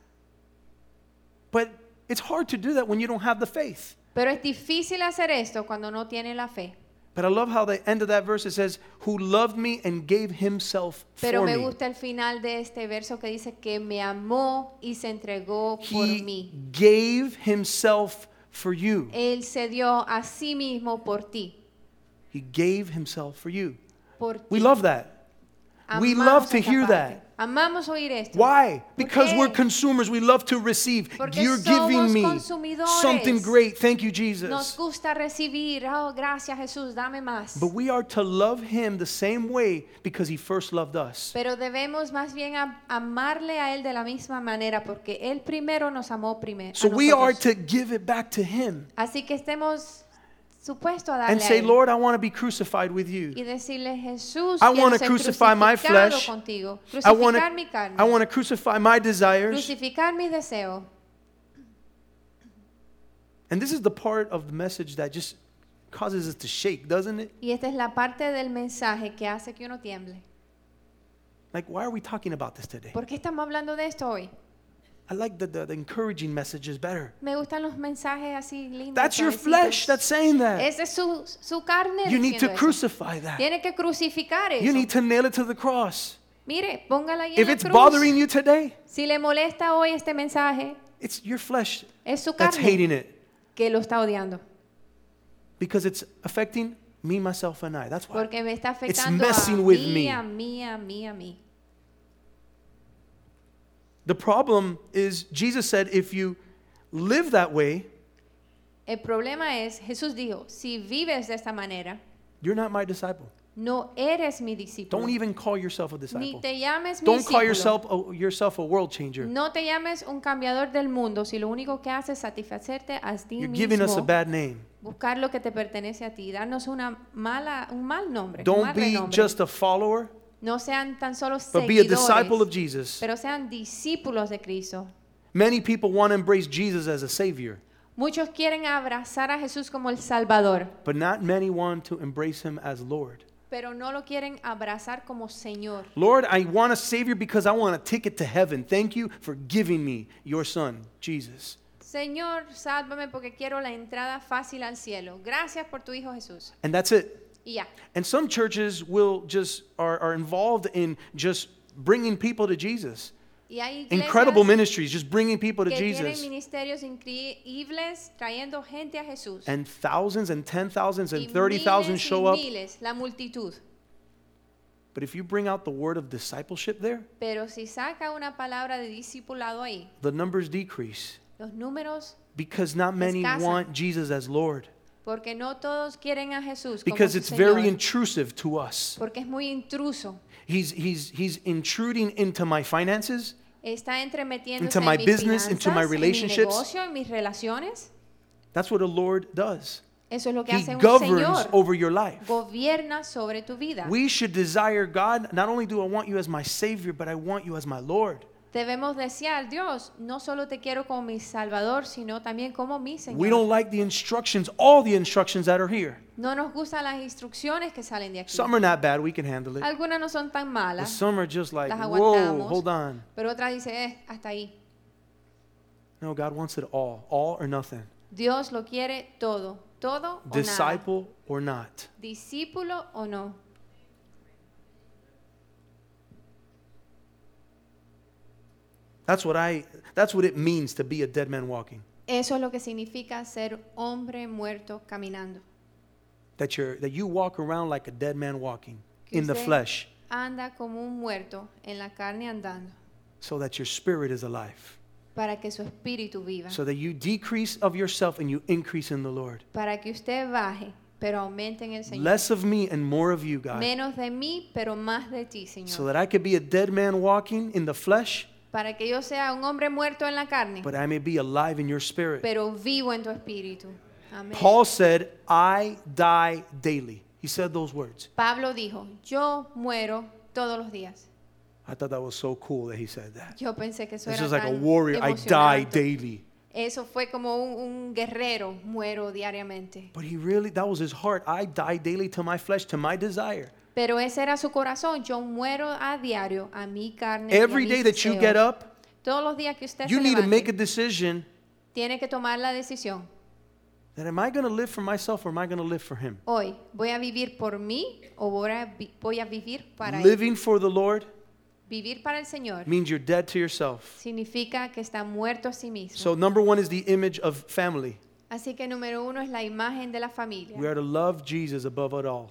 C: but it's hard to do that when you don't have the faith.
D: Pero es difícil hacer esto cuando no tiene la fe.
C: But I love how the end of that verse it says, "Who loved me and gave himself
D: Pero
C: for
D: me
C: me."
D: gusta el final de este verso que dice que me amó y se entregó por
C: He
D: mí.
C: gave himself for you.
D: Él se dio a sí mismo por ti.
C: He gave himself for you.
D: Por
C: We
D: ti.
C: love that. We
D: Amamos
C: love to
D: esta
C: hear
D: parte.
C: that.
D: Amamos oír esto.
C: Why? Because
D: Porque
C: we're consumers. We love to receive.
D: Porque
C: You're
D: somos
C: giving me
D: consumidores.
C: something great. Thank you,
D: Nos
C: Jesus.
D: gusta recibir. Oh, gracias Jesús, dame más.
C: But we are to love him the same way because he first loved us.
D: Pero debemos más bien am- amarle a Él de la misma manera porque Él primero nos amó primero.
C: So we are to give it back to him
D: Así que estemos supuestos a darle
C: and
D: a
C: say,
D: Él
C: Lord, I want to be crucified with
D: y
C: you.
D: decirle, Jesús,
C: I
D: quiero
C: wanna
D: ser
C: crucify my
D: crucificado
C: flesh.
D: contigo.
C: I
D: Crucificar
C: want
D: mi
C: to
D: carne.
C: I want to crucify my desires.
D: crucificar mis deseos.
C: And this is the part of the message that just causes us to shake, doesn't it?
D: Y esta es la parte del mensaje que hace que uno tiemble.
C: Like, why are we talking about this today?
D: ¿Por qué estamos hablando de esto hoy?
C: I like the, the, the encouraging messages better.
D: Me gustan los mensajes así lindos.
C: That's your
D: suavecitos.
C: flesh that's saying that.
D: Esa es su, su carne.
C: You need
D: diciendo
C: to
D: eso.
C: crucify that.
D: Tiene que crucificar eso.
C: You need to nail it to the cross.
D: Mire, póngala ahí en
C: If
D: la
C: it's
D: cruz.
C: bothering you today,
D: Si le molesta hoy este mensaje,
C: it's your flesh
D: es su
C: that's
D: carne
C: hating it
D: que lo está odiando.
C: because it's affecting me, myself, and I. That's why.
D: Porque me está afectando a
C: messing with
D: mí,
C: me.
D: a mí, a mí, a mí.
C: The problem is, Jesus said, if you live that way,
D: El problema es, Jesús dijo, si vives de esta manera,
C: you're not my disciple.
D: no eres mi discípulo.
C: Don't even call yourself a
D: Ni
C: disciple.
D: te llames mi
C: Don't call
D: discípulo.
C: yourself a, yourself a world changer.
D: No te llames un cambiador del mundo si lo único que haces es satisfacerte a ti
C: You're giving us a
D: mismo,
C: bad name.
D: buscar lo que te pertenece a ti, darnos una mala, un mal nombre, un
C: Don't
D: mal
C: be
D: renombre.
C: just a follower,
D: no sean tan solo
C: but be a disciple of
D: seguidores,
C: Jesus.
D: pero sean discípulos de Cristo.
C: Many people want to embrace Jesus as a savior,
D: Muchos quieren abrazar a Jesús como el Salvador,
C: but not many want to embrace him as Lord.
D: pero no lo quieren abrazar como Señor.
C: Lord, I want a savior because I want a ticket to heaven. Thank you for giving me your son, Jesus.
D: Señor, sálvame porque quiero la entrada fácil al cielo. Gracias por tu Hijo Jesús.
C: And that's it.
D: Y ya.
C: And some churches will just are, are involved in just bringing people to Jesus.
D: Y hay iglesias
C: Incredible ministries, just bringing people to
D: que tienen
C: Jesus.
D: ministerios increíbles trayendo gente a Jesús.
C: And thousands and ten thousands
D: Y
C: and thirty thousand
D: miles y
C: show up.
D: miles, la multitud.
C: But if you bring out the word of discipleship there,
D: Pero si saca una palabra de discipulado ahí,
C: the numbers decrease
D: los números,
C: because not many
D: Escasa.
C: want Jesus as Lord
D: porque no todos quieren a Jesús como
C: because
D: su
C: it's very
D: Señor,
C: intrusive to us.
D: porque es muy intruso.
C: He's, he's, he's intruding into my finances.
D: Está entremetiéndose
C: Into my
D: en mis
C: business, into my
D: finanzas,
C: relationships.
D: en mi negocio, en mis relaciones.
C: That's what a Lord does.
D: Eso es lo que
C: He
D: hace un
C: governs
D: Señor.
C: over your life.
D: Gobierna sobre tu vida.
C: We should desire God, not only do I want you as my Savior, but I want you as my Lord.
D: Debemos desear, Dios, no solo te quiero como mi Salvador, sino también como mi
C: We
D: Señor.
C: don't like the instructions, all the instructions that are here.
D: No nos gustan las instrucciones que salen de aquí.
C: Some are not bad, we can handle it.
D: Algunas no son tan
C: But
D: malas,
C: some are just like,
D: las
C: whoa,
D: aguantamos.
C: hold on.
D: Pero otras dicen, "Eh, hasta ahí.
C: No, God wants it all, all or nothing.
D: Dios lo quiere todo, todo o nada.
C: disciple or not.
D: Discípulo o no.
C: That's what I that's what it means to be a dead man walking.
D: Eso es lo que significa ser hombre muerto caminando.
C: That you're that you walk around like a dead man walking
D: Que
C: in the
D: usted
C: flesh
D: Anda como un muerto en la carne andando
C: so that your spirit is alive.
D: para que su espíritu viva.
C: So that you decrease of yourself and you increase in the Lord.
D: para que usted baje, pero aumente en el Señor.
C: Less of me and more of you, God.
D: Menos de mí, pero más de ti, Señor.
C: So that I could be a dead man walking in the flesh,
D: para que yo sea un hombre muerto en la carne,
C: but I may be alive in your spirit.
D: pero vivo en tu espíritu. Amén.
C: Paul said, I die daily. He said those words.
D: Pablo dijo, yo muero todos los días.
C: I thought that was so cool that he said that.
D: Yo pensé que eso
C: It's
D: era
C: just like a
D: tan
C: warrior. I die
D: emocionante.
C: daily.
D: Eso fue como un, un guerrero, muero diariamente.
C: But he really, that was his heart. I die daily to my flesh, to my desire.
D: Pero ese era su corazón, yo muero a diario a mi carne. y a
C: Every
D: mis
C: day that you
D: deseos.
C: get up,
D: todos los días que usted
C: you
D: se
C: need to make a
D: levante,
C: decision
D: tiene que tomar la decisión.
C: that am I going to live for myself or am I going to live for him?
D: Hoy, ¿voy a vivir por mí o voy a, vi- voy a vivir para Él?
C: Living for the Lord
D: Vivir para el Señor
C: means you're dead to yourself.
D: significa que está muerto a sí mismo.
C: So, number one is the image of family.
D: Así que número uno es la imagen de la familia.
C: We are to love Jesus above it all.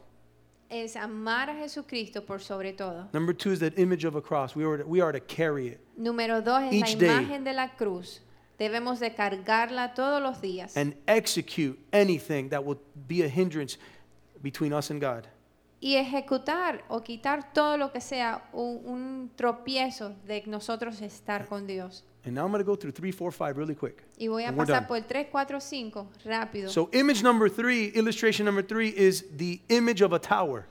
D: es amar a Jesucristo por sobre todo.
C: Number two is that image of a cross. We are to, we are to carry it.
D: Número dos es la
C: Each day.
D: imagen de la cruz. Debemos de cargarla todos los días
C: and execute anything that will be a hindrance between us and God.
D: y ejecutar o quitar todo lo que sea un, un tropiezo de nosotros estar con Dios.
C: And now I'm going to go through three, four, five really quick.
D: Y voy a
C: and we're
D: pasar
C: done.
D: por el 3, 4, 5 rápido.
C: So, image number three, illustration number three is the image of a tower.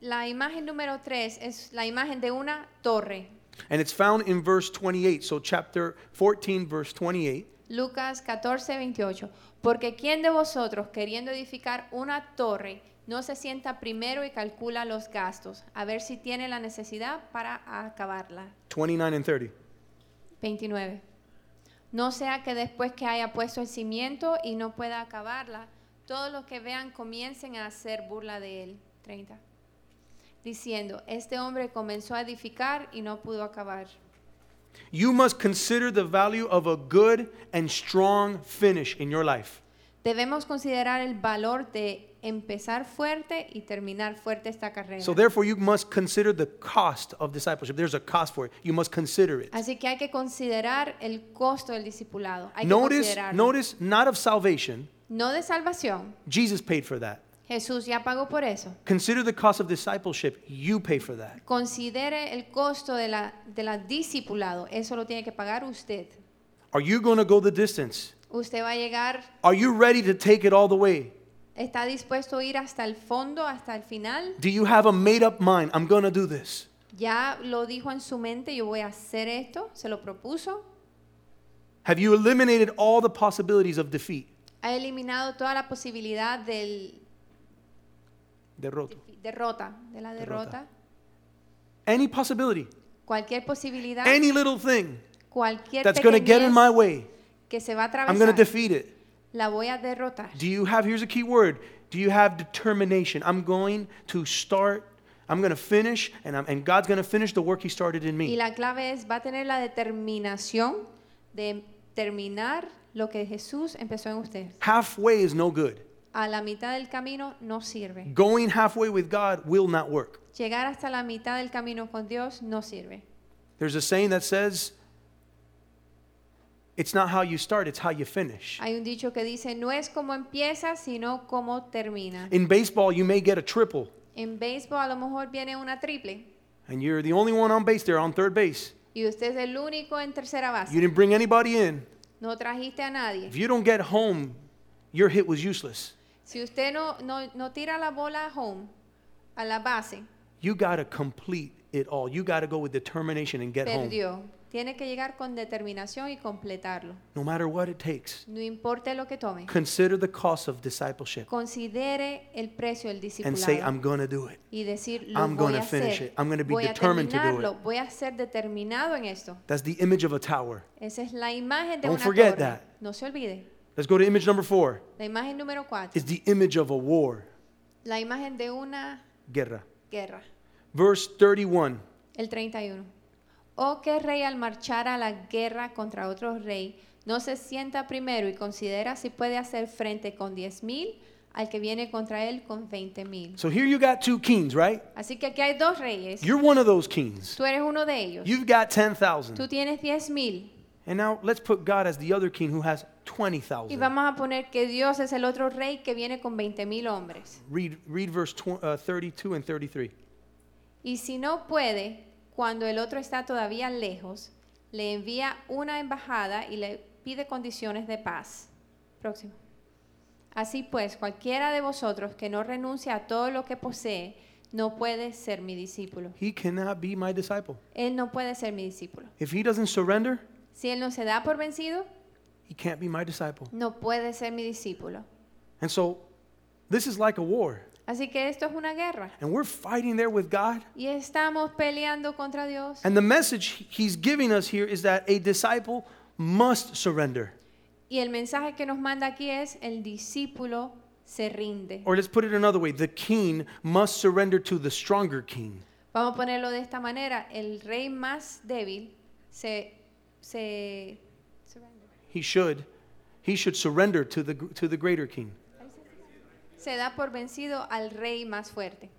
D: la imagen número 3 es la imagen de una torre.
C: And it's found in verse 28. So, chapter 14, verse 28.
D: Lucas 14, 28. Porque ¿quién de vosotros, queriendo edificar una torre, no se sienta primero y calcula los gastos, a ver si tiene la necesidad para acabarla?
C: 29 and 30.
D: 29. No sea que después que haya puesto el cimiento y no pueda acabarla, todos los que vean comiencen a hacer burla de él. 30. Diciendo, este hombre comenzó a edificar y no pudo acabar.
C: You must consider the value of a good and strong finish in your life.
D: Debemos considerar el valor de empezar fuerte y terminar fuerte esta carrera.
C: So, therefore, you must consider the cost of discipleship. There's a cost for it. You must consider it.
D: Así que hay que considerar el costo del discipulado. Hay que
C: Notice,
D: considerarlo.
C: notice, not of salvation.
D: No de salvación.
C: Jesus paid for that.
D: Jesús ya pagó por eso.
C: Consider the cost of discipleship. You pay for that.
D: Considere el costo de la, de la discipulado. Eso lo tiene que pagar usted.
C: Are you going to go the distance?
D: Usted va a llegar,
C: Are you ready to take it all the way?
D: está dispuesto a ir hasta el fondo, hasta el final.
C: Do you have a made up mind? I'm going to do this.
D: Ya lo dijo en su mente, yo voy a hacer esto, se lo propuso.
C: Have you eliminated all the possibilities of defeat?
D: Ha eliminado toda la posibilidad del
C: Derroto.
D: derrota, de la
C: Derrota.
D: derrota.
C: Any possibility,
D: Cualquier posibilidad,
C: any little thing
D: cualquier
C: that's going to get in
D: pequeñez
C: my way,
D: que se va a
C: I'm going to
D: atravesar,
C: defeat it.
D: la voy a derrotar.
C: Do you have, here's a key word, do you have determination? I'm going to start, I'm going to finish, and, I'm, and God's going to finish the work He started in
D: Y
C: me.
D: la clave es, va a tener la determinación de terminar lo que Jesús empezó en usted.
C: Halfway is no good.
D: A la mitad del camino no sirve.
C: Going halfway with God will not work.
D: Llegar hasta la mitad del camino con Dios no sirve.
C: There's a saying that says, it's not how you start, it's how you finish.
D: Hay un dicho que dice, no es como empieza, sino como termina.
C: In baseball, you may get a triple,
D: En béisbol a lo mejor viene una triple
C: and you're the only one on base there on third base.
D: y usted es el único en tercera
C: You
D: base.
C: didn't bring anybody in.
D: No trajiste a nadie.
C: If you don't get home, your hit was useless.
D: Si usted no, no, no tira la bola a home, a la base,
C: You got to complete it all. You got to go with determination and get home.
D: perdió. Tiene que llegar con determinación y completarlo.
C: No matter what it takes,
D: No importa lo que tome.
C: consider the cost of discipleship
D: Considere el precio del
C: and say,
D: discipulado.
C: I'm going to do it.
D: y decir lo
C: I'm
D: voy
C: gonna
D: a
C: finish
D: hacer.
C: it. I'm gonna be
D: voy a
C: determined to do
D: terminarlo.
C: it.
D: Voy a ser determinado en esto.
C: That's the image of a tower.
D: Esa es la imagen de
C: Don't
D: una
C: forget
D: torre.
C: that.
D: No se olvide.
C: Let's go to image number four.
D: La imagen número cuatro.
C: It's the image of a war.
D: La imagen de una
C: Guerra.
D: guerra.
C: Verse 31.
D: El 31. Oh, que rey al marchar a la guerra contra otro rey no se sienta primero y considera si puede hacer frente con 10.000 al que viene contra él con 20.000.
C: So here you got two kings, right?
D: Así que aquí hay dos reyes.
C: You're one of those kings.
D: Tú eres uno de ellos.
C: You've got
D: Tú
C: 10,000.
D: tienes 10.000.
C: And now let's put God as the other king who has
D: Y
C: 20,000.
D: vamos a poner que Dios es el otro rey que viene con 20.000 hombres.
C: Read, read verse tw- uh, 32 and 33.
D: Y si no puede, cuando el otro está todavía lejos, le envía una embajada y le pide condiciones de paz. Próximo. Así pues, cualquiera de vosotros que no renuncie a todo lo que posee, no puede ser mi discípulo.
C: He cannot be my disciple.
D: Él no puede ser mi discípulo.
C: If he doesn't surrender,
D: Si él no se da por vencido,
C: he can't be my disciple.
D: no puede ser mi discípulo.
C: And so this is like a war.
D: Así que esto es una guerra.
C: And we're fighting there with God.
D: Y estamos peleando contra Dios.
C: And the message he's giving us here is that a disciple must surrender.
D: Y el mensaje que nos manda aquí es, el discípulo se rinde.
C: Or let's put it another way the king must surrender to the stronger king.
D: Vamos a ponerlo de esta manera, el rey más débil se... se
C: He should. He should surrender to the, to the greater king.
D: se da por vencido al rey más fuerte.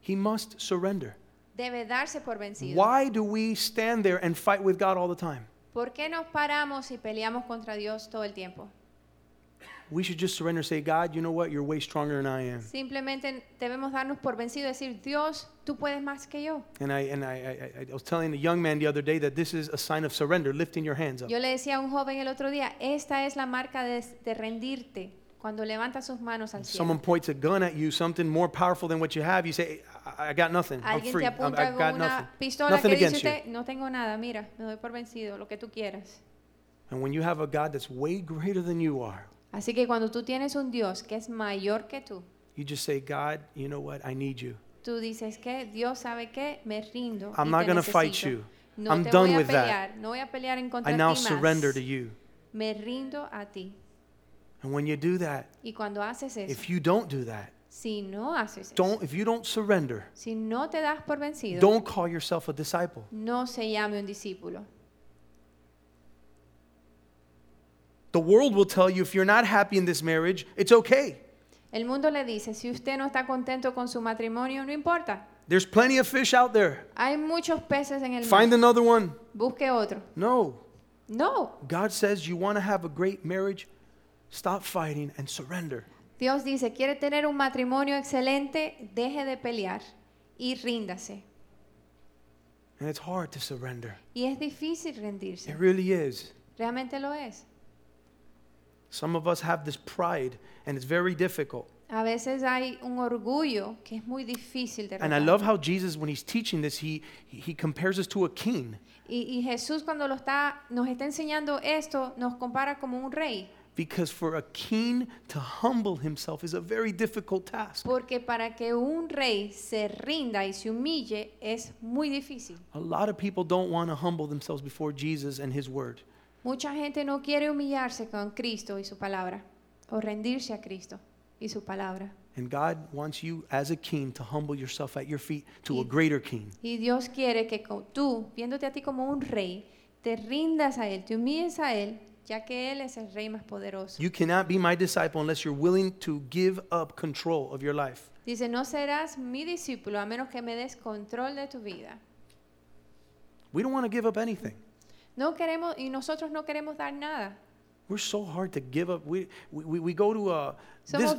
C: He must surrender.
D: Debe darse por vencido.
C: Why do we stand there and fight with God all the time?
D: ¿Por qué nos paramos y peleamos contra Dios todo el tiempo?
C: We should just surrender and say, God, you know what? You're way stronger than I am.
D: Simplemente debemos darnos por vencido y decir, Dios, tú puedes más que yo.
C: And I, and I, I, I- I was telling a young man the other day that this is a sign of surrender, lifting your hands up.
D: Yo le decía a un joven el otro día, esta es la marca de, de rendirte cuando levantas sus manos al cielo.
C: Someone points a gun at you, something more powerful than what you have. You say, I, I got nothing. I'm
D: Alguien
C: free.
D: te
C: I'm,
D: apunta
C: I've got
D: con
C: nothing.
D: una pistola
C: Nothing
D: que dice
C: against you.
D: usted, no tengo nada, mira, me doy por vencido, lo que tú quieras.
C: And when you have a God that's way greater than you are,
D: Así que cuando tú tienes un Dios que es mayor que tú,
C: you just say, God, you know what? I need you.
D: tú dices que Dios sabe que me rindo.
C: I'm
D: y
C: not
D: te
C: gonna fight
D: necesito.
C: you.
D: No
C: I'm
D: te
C: done
D: voy a
C: with that.
D: pelear, no voy a pelear en contra
C: I
D: de
C: now
D: ti
C: surrender
D: más.
C: to you.
D: Me rindo a ti.
C: And when you do that,
D: Y cuando haces eso,
C: if you don't do that,
D: si no haces eso,
C: don't if you don't surrender,
D: si no te das por vencido,
C: don't call yourself a disciple.
D: no se llame un discípulo.
C: The world will tell you if you're not happy in this marriage, it's okay.
D: El mundo le dice, si usted no está contento con su matrimonio, no importa.
C: There's plenty of fish out there.
D: Hay muchos peces en el
C: Find
D: mundo.
C: another one.
D: Busque otro.
C: No.
D: No.
C: God says you want to have a great marriage, stop fighting and surrender.
D: Dios dice, quiere tener un matrimonio excelente, deje de pelear y ríndase.
C: And it's hard to surrender.
D: Y es difícil
C: It
D: rendirse.
C: really is.
D: Realmente lo es.
C: Some of us have this pride and it's very difficult.
D: A veces hay un orgullo que es muy difícil de
C: And I
D: retar.
C: love how Jesus when he's teaching this, he he compares us to a king.
D: Y, y Jesús cuando lo está, nos está enseñando esto, nos compara como un rey.
C: Because for a king to humble himself is a very difficult task.
D: Porque para que un rey se rinda y se humille es muy difícil.
C: A lot of people don't want to humble themselves before Jesus and his word.
D: Mucha gente no quiere humillarse con Cristo y su palabra, o rendirse a Cristo y su palabra.
C: And God wants you as a king to humble yourself at your feet to a greater king.
D: Y Dios quiere que co- tú, viéndote a ti como un rey, te rindas a Él, te humilles a Él, ya que Él es el rey más poderoso.
C: You cannot be my disciple unless you're willing to give up control of your life.
D: Dice, no serás mi discípulo a menos que me des control de tu vida.
C: We don't want to give up anything.
D: No queremos, y nosotros no queremos dar nada.
C: We're so hard to give up. We, we, we- we go to uh,
D: Somos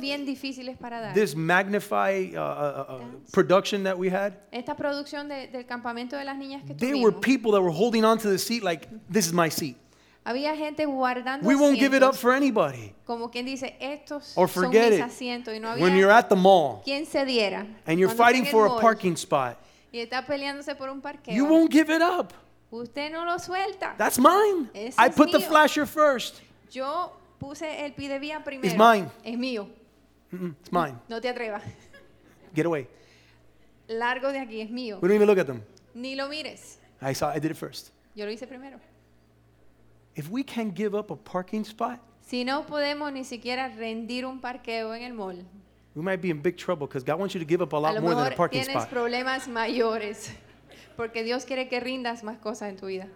C: this,
D: bien difíciles para dar.
C: this Magnify uh, uh, uh,
D: Dance.
C: production that we had.
D: Esta producción de- del campamento de las niñas que
C: There were
D: tuvimos,
C: people that were holding onto the seat like, this is my seat.
D: había gente guardando
C: We won't give it up
D: asientos,
C: for anybody.
D: como quien dice, estos
C: Or
D: son
C: forget
D: mis
C: it.
D: asientos y no
C: When you're
D: había
C: at the mall
D: quien se diera.
C: and you're
D: Cuando
C: fighting
D: esté en
C: for
D: el
C: a
D: mall
C: parking spot,
D: Y está peleándose por un parqueo.
C: you won't give it up.
D: Usted no lo suelta.
C: That's mine.
D: Ese
C: I
D: es
C: put the
D: mío.
C: flasher first.
D: Yo puse el pide vía primero.
C: mine.
D: Es mío.
C: Mm-mm, it's mine.
D: No te atrevas.
C: Get away.
D: Largo de aquí, es mío.
C: We don't even look at them.
D: Ni lo mires.
C: I saw. I did it first.
D: Yo lo hice primero.
C: If we can give up a parking spot,
D: Si no podemos ni siquiera rendir un parqueo en el mall,
C: we might be in big trouble because God wants you to give up a
D: a
C: lot
D: lo
C: more than a
D: mejor
C: parking
D: tienes
C: spot.
D: problemas mayores. Porque Dios quiere que rindas más cosas en tu vida.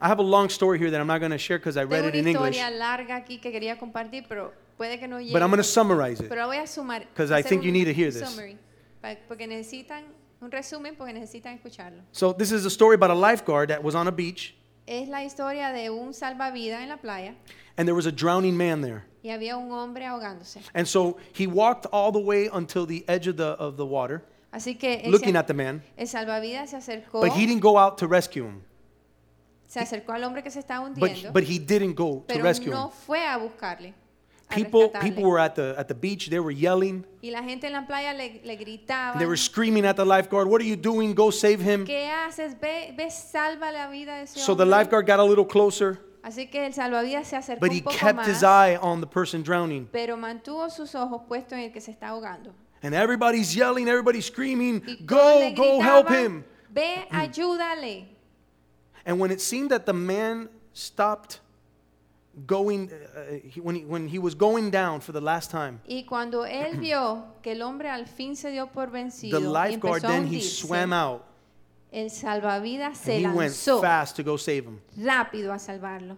C: I have a long story here that I'm not going to share because I read
D: Tengo
C: it
D: una
C: in English,
D: historia larga aquí que quería compartir, pero puede que no llegue.
C: but I'm going to summarize it.
D: Pero la voy a sumar.
C: 'Cause I
D: hacer
C: think
D: un
C: you need to hear this.
D: summary, pa- porque necesitan un resumen, porque necesitan escucharlo.
C: So this is a story about a lifeguard that was on a beach,
D: Es la historia de un salvavidas en la playa
C: and there was a drowning man there.
D: y había un hombre ahogándose.
C: And so he walked all the way until the edge of the of the water,
D: Así que el,
C: looking
D: sal-
C: at the man,
D: el salvavidas se acercó,
C: but he didn't go out to rescue him.
D: se acercó al hombre que se estaba
C: But
D: hundiendo,
C: but he didn't go to
D: pero
C: rescue him.
D: no fue a buscarle. a
C: People
D: rescatarle.
C: people were at the at the beach. They were yelling.
D: y la gente en la playa le, le gritaba,
C: They were screaming at the lifeguard, "What are you doing? Go save him!"
D: ¿qué haces? Ve, ve, salva la vida de ese
C: So the
D: hombre.
C: lifeguard got a little closer,
D: Así que el salvavidas se acercó
C: but he
D: un poco
C: kept
D: más,
C: his eye on the person drowning.
D: pero mantuvo sus ojos puestos en el que se está ahogando.
C: And everybody's yelling, everybody's
D: Y
C: screaming,
D: todos le
C: "Go, go help
D: gritaban,
C: him!" Mm.
D: Ve, ayúdale.
C: And when it seemed that the man stopped going uh, he, when, he, when he was going down for the last time,
D: Y cuando él vio que el hombre al fin se dio por vencido
C: the
D: y
C: lifeguard
D: empezó a
C: then he
D: hundirse,
C: swam out.
D: el
C: And
D: salvavidas se
C: he went
D: lanzó
C: fast to go save him.
D: rápido a salvarlo.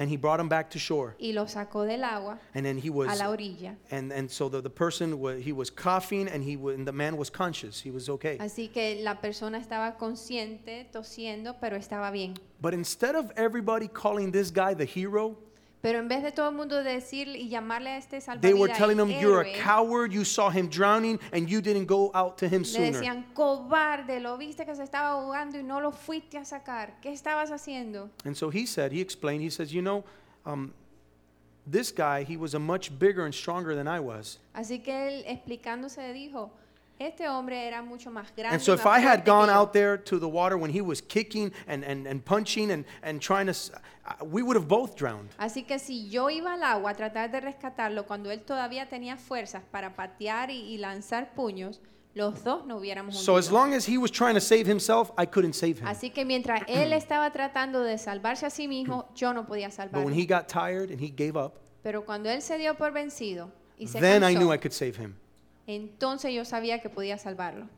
C: and he brought him back to shore.
D: y lo sacó del agua
C: And then he
D: a
C: was,
D: la orilla.
C: and, and so the, the person, wa he was coughing and, he, wa- and the man was conscious. He was okay.
D: Así que la persona estaba consciente, tosiendo, pero estaba bien.
C: But instead of everybody calling this guy the hero,
D: Pero en vez de todo el mundo decir y llamarle a este
C: they were
D: salvavidas
C: telling him, You're a
D: héroe",
C: coward, you saw him drowning, and you didn't go out to him
D: le
C: sooner.
D: decían cobarde, lo viste que se estaba ahogando y no lo fuiste a sacar. ¿Qué estabas haciendo?
C: And so he said, he explained, he says, you know, um, this guy, he was a much bigger and stronger than I was.
D: Así que él explicándose dijo, este hombre era mucho más grande.
C: And so
D: y
C: if
D: más
C: I had
D: fuerte que
C: gone
D: yo".
C: out there to the water when he was kicking and, and, and punching and, and trying to, s- I- we would have both drowned.
D: Así que si yo iba al agua a tratar de rescatarlo cuando él todavía tenía fuerzas para patear y, y lanzar puños, los dos no hubiéramos
C: So as
D: hundido.
C: long as he was trying to save himself, I couldn't save him.
D: Así que mientras él estaba tratando de salvarse a sí mismo, yo no podía
C: But when
D: salvarlo.
C: he got tired and he gave up,
D: Pero cuando él se dio por vencido y se
C: then I
D: cansó,
C: knew I could save him.
D: entonces yo sabía que podía salvarlo.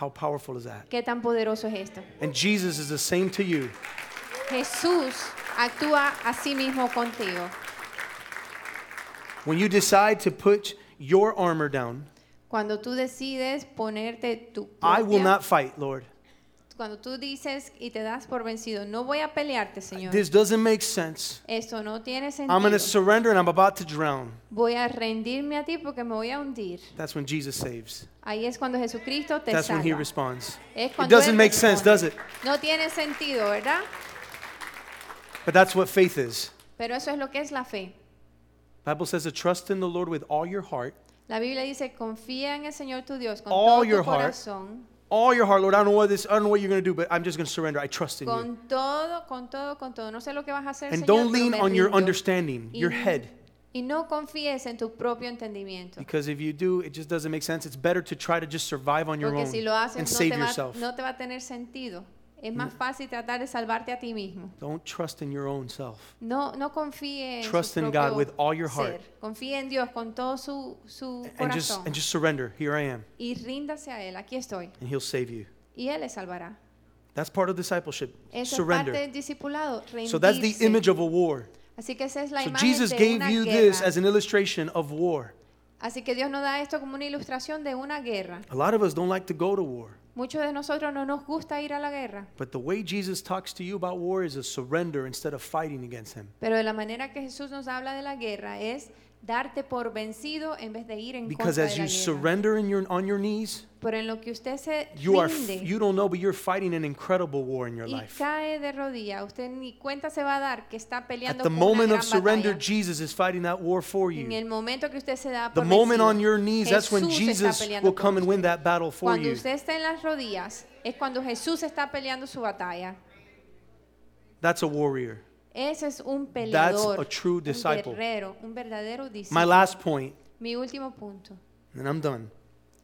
C: How powerful is that?
D: ¿Qué tan poderoso es esto?
C: And Jesus is the same to you.
D: Jesús actúa a sí mismo contigo.
C: When you decide to put your armor down,
D: Cuando tú decides ponerte tu
C: I will
D: propia-
C: not fight, Lord.
D: cuando tú dices y te das por vencido, no voy a pelearte, Señor.
C: This doesn't make sense.
D: Esto no tiene
C: I'm going to
D: sentido.
C: surrender and I'm about to drown.
D: Voy a rendirme a ti porque me voy a hundir.
C: That's when Jesus saves.
D: Ahí es cuando Jesucristo te
C: That's when he
D: salva.
C: responds.
D: Es
C: It
D: cuando
C: doesn't
D: él
C: make sense, does
D: responde.
C: it?
D: No tiene sentido, ¿verdad?
C: But that's what faith is.
D: Pero eso es lo que es la fe.
C: Bible says to trust in the Lord with all your heart.
D: La Biblia dice, confía en el Señor tu Dios con
C: All
D: todo
C: your
D: tu
C: heart.
D: corazón,
C: All your heart, Lord. I don't know what this I don't know what you're going to do, but I'm just going to surrender. I trust in you.
D: con todo, con todo, con todo. No sé lo que vas a hacer,
C: And
D: Señor,
C: don't
D: pero
C: lean
D: me
C: on your
D: rindo.
C: understanding, your
D: Y-
C: head,
D: Y no confíes en tu propio entendimiento.
C: because if you do, it just doesn't make sense. It's better to try to just survive on your
D: Porque
C: own
D: si lo haces
C: and
D: no
C: save
D: te, va,
C: yourself. Mm.
D: no te va a tener sentido. Es más fácil tratar de salvarte a ti mismo.
C: Don't trust in your own self.
D: No, no confíe en
C: Trust
D: su
C: in
D: propio
C: God with all your heart.
D: ser. Confíe en Dios con todo su, su
C: And just
D: corazón.
C: and just surrender. Here I am,
D: y ríndase a Él. Aquí estoy.
C: and he'll save you.
D: Y Él le salvará.
C: That's part of discipleship.
D: Esa es parte
C: Surrender.
D: del discipulado.
C: So that's the
D: rendirse.
C: image of a war.
D: Así que esa es la
C: So
D: imagen
C: Jesus
D: de
C: gave
D: una
C: you
D: guerra.
C: this as an illustration of war.
D: Así que Dios nos da esto como una ilustración de una guerra.
C: A lot of us don't like to go to war,
D: Muchos de nosotros no nos gusta ir a la guerra,
C: but the way Jesus talks to you about war is a surrender instead of fighting against him.
D: pero de la manera que Jesús nos habla de la guerra es darte por vencido en vez de ir en
C: Because
D: contra
C: as
D: de la
C: you
D: guerra.
C: surrender in your, on your knees,
D: Pero en lo que usted se
C: you are f-
D: rinde
C: you don't know, but you're fighting an incredible war in your
D: y
C: life.
D: cae de rodilla, usted ni cuenta se va a dar que está
C: At
D: peleando
C: the
D: con una
C: moment
D: gran
C: of surrender,
D: batalla.
C: Jesus is fighting that war for
D: En
C: you.
D: el momento que usted se da
C: The
D: por
C: moment
D: vencido,
C: on your knees, that's when
D: Jesús está
C: Jesus
D: peleando
C: will
D: por
C: come and win
D: usted.
C: that battle for
D: Cuando
C: you.
D: usted está en las rodillas es cuando Jesús está peleando su batalla.
C: That's a warrior.
D: Ese es un peleador,
C: a true
D: un
C: disciple.
D: guerrero, un verdadero discípulo.
C: My last point,
D: Mi último punto,
C: and I'm done.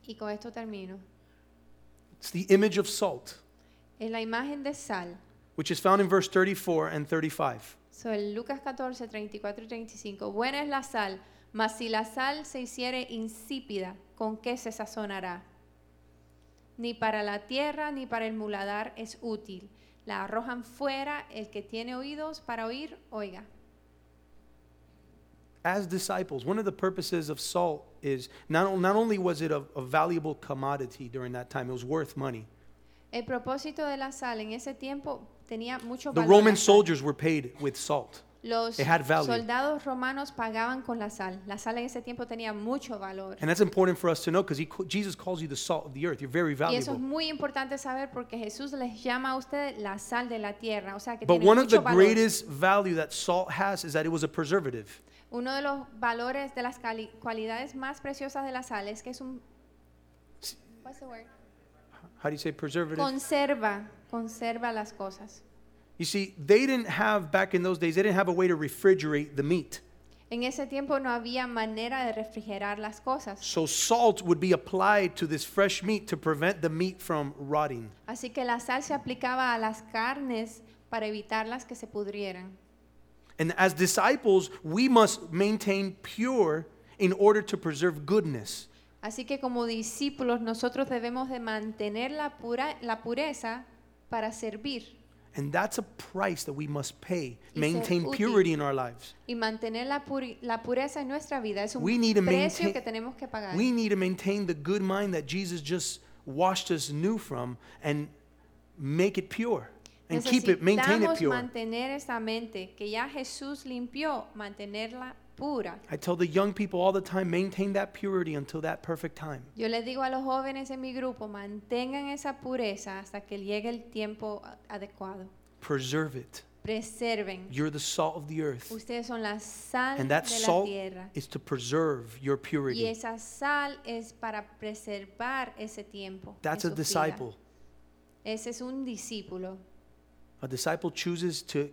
D: y con esto termino,
C: It's the image of salt.
D: es la imagen de sal.
C: which is found in verse 34 and 35.
D: Sobre Lucas 14, 34 y 35. Buena es la sal, mas si la sal se hiciere insípida, ¿con qué se sazonará? Ni para la tierra ni para el muladar es útil. La arrojan fuera, el que tiene oídos para oír, oiga.
C: As disciples, one of the purposes of salt is not, not only was it a, a valuable commodity during that time, it was worth money.
D: El propósito de la sal en ese tiempo tenía mucho
C: The
D: valor.
C: Roman
D: la sal.
C: soldiers were paid with salt.
D: Los
C: it had value.
D: soldados romanos pagaban con la sal. La sal en ese tiempo tenía mucho valor.
C: And that's important for us to know because Jesus calls you the salt of the earth. You're very
D: Y eso es
C: valuable.
D: muy importante saber porque Jesús les llama a ustedes la sal de la tierra, o sea que
C: But
D: tiene
C: one of
D: mucho
C: the
D: valor.
C: greatest value that salt has is that it was a preservative.
D: Uno de los valores de las cali- cualidades más preciosas de la sal es que es un What's the word?
C: How do you say preservative?
D: conserva, conserva las cosas.
C: you see, they didn't have, back in those days, they didn't have a way to refrigerate the meat.
D: En ese tiempo no había manera de refrigerar las cosas,
C: So salt would be applied to this fresh meat to prevent the meat from rotting.
D: así que la sal se aplicaba a las carnes para evitarlas que se pudrieran.
C: And as disciples, we must maintain pure in order to preserve goodness.
D: Así que como discípulos nosotros debemos de mantener la pura la pureza para servir.
C: And that's a price that we must pay.
D: Y ser
C: Maintain
D: útil.
C: purity in our lives.
D: Y mantener la, puri- la pureza en nuestra vida es un
C: We need to
D: precio
C: maintain-
D: que tenemos que pagar.
C: We need to maintain the good mind that Jesus just washed us new from and make it pure and keep it, maintain it
D: Necesitamos
C: pure.
D: mantener esta mente que ya Jesús limpió, mantenerla pura.
C: I tell the young people all the time maintain that purity until that perfect time.
D: Yo les digo a los jóvenes en mi grupo, mantengan esa pureza hasta que llegue el tiempo a- adecuado.
C: Preserve it.
D: Preserven.
C: You're the salt of the earth.
D: Ustedes son la sal
C: And
D: de
C: that
D: la
C: salt
D: tierra.
C: is to preserve your
D: Y
C: purity.
D: esa sal es para preservar ese tiempo. en
C: That's a
D: sus vidas.
C: disciple.
D: Ese es un discípulo.
C: A disciple chooses to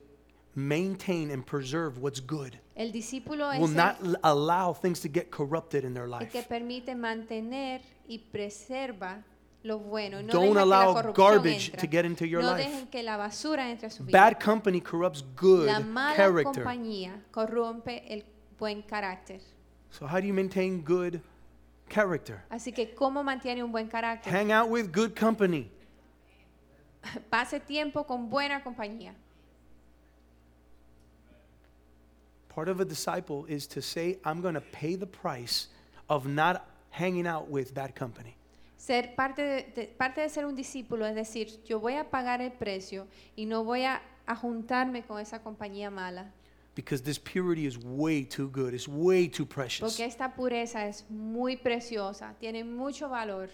C: maintain and preserve what's good.
D: El discípulo es
C: Will
D: el-
C: not l- allow things to get corrupted in their
D: el
C: life.
D: que permite mantener y preserva lo bueno. y No
C: Don't
D: deja
C: allow
D: que la corrupción
C: garbage
D: entra.
C: to get into your
D: no
C: life.
D: dejen que la basura entre a su vida.
C: Bad company corrupts good
D: la mala
C: character.
D: compañía corrompe el buen carácter.
C: So, how do you maintain good character?
D: Así que cómo mantiene un buen carácter?
C: Hang out with good company.
D: Pase tiempo con buena compañía.
C: Part of a disciple is to say, I'm going to pay the price of not hanging out with bad company.
D: Ser parte de, de- parte de ser un discípulo es decir, yo voy a pagar el precio y no voy a, a juntarme con esa compañía mala,
C: Because this purity is way too good. It's way too precious.
D: porque esta pureza es muy preciosa, tiene mucho valor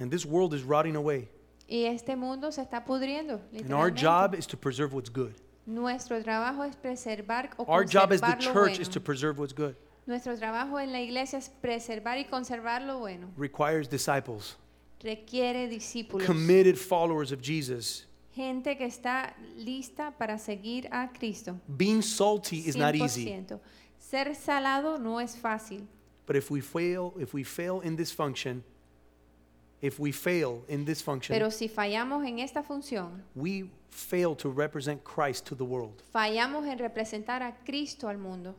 C: And this world is rotting away.
D: y este mundo se está pudriendo.
C: And our job
D: Literalmente.
C: is to preserve what's good.
D: Nuestro trabajo es preservar o
C: Our job as the
D: conservar lo
C: church is to
D: bueno.
C: preserve what's good.
D: Nuestro trabajo en la iglesia es preservar y conservar lo bueno.
C: Requires disciples,
D: Requiere discípulos,
C: committed followers of Jesus.
D: gente que está lista para seguir a Cristo.
C: Being salty is not easy.
D: 100%. Ser salado no es fácil,
C: But if we fail, if we fail in this function, if we fail in this
D: pero
C: function,
D: si fallamos en esta función,
C: we fail to represent Christ to the world.
D: fallamos en representar a Cristo al mundo.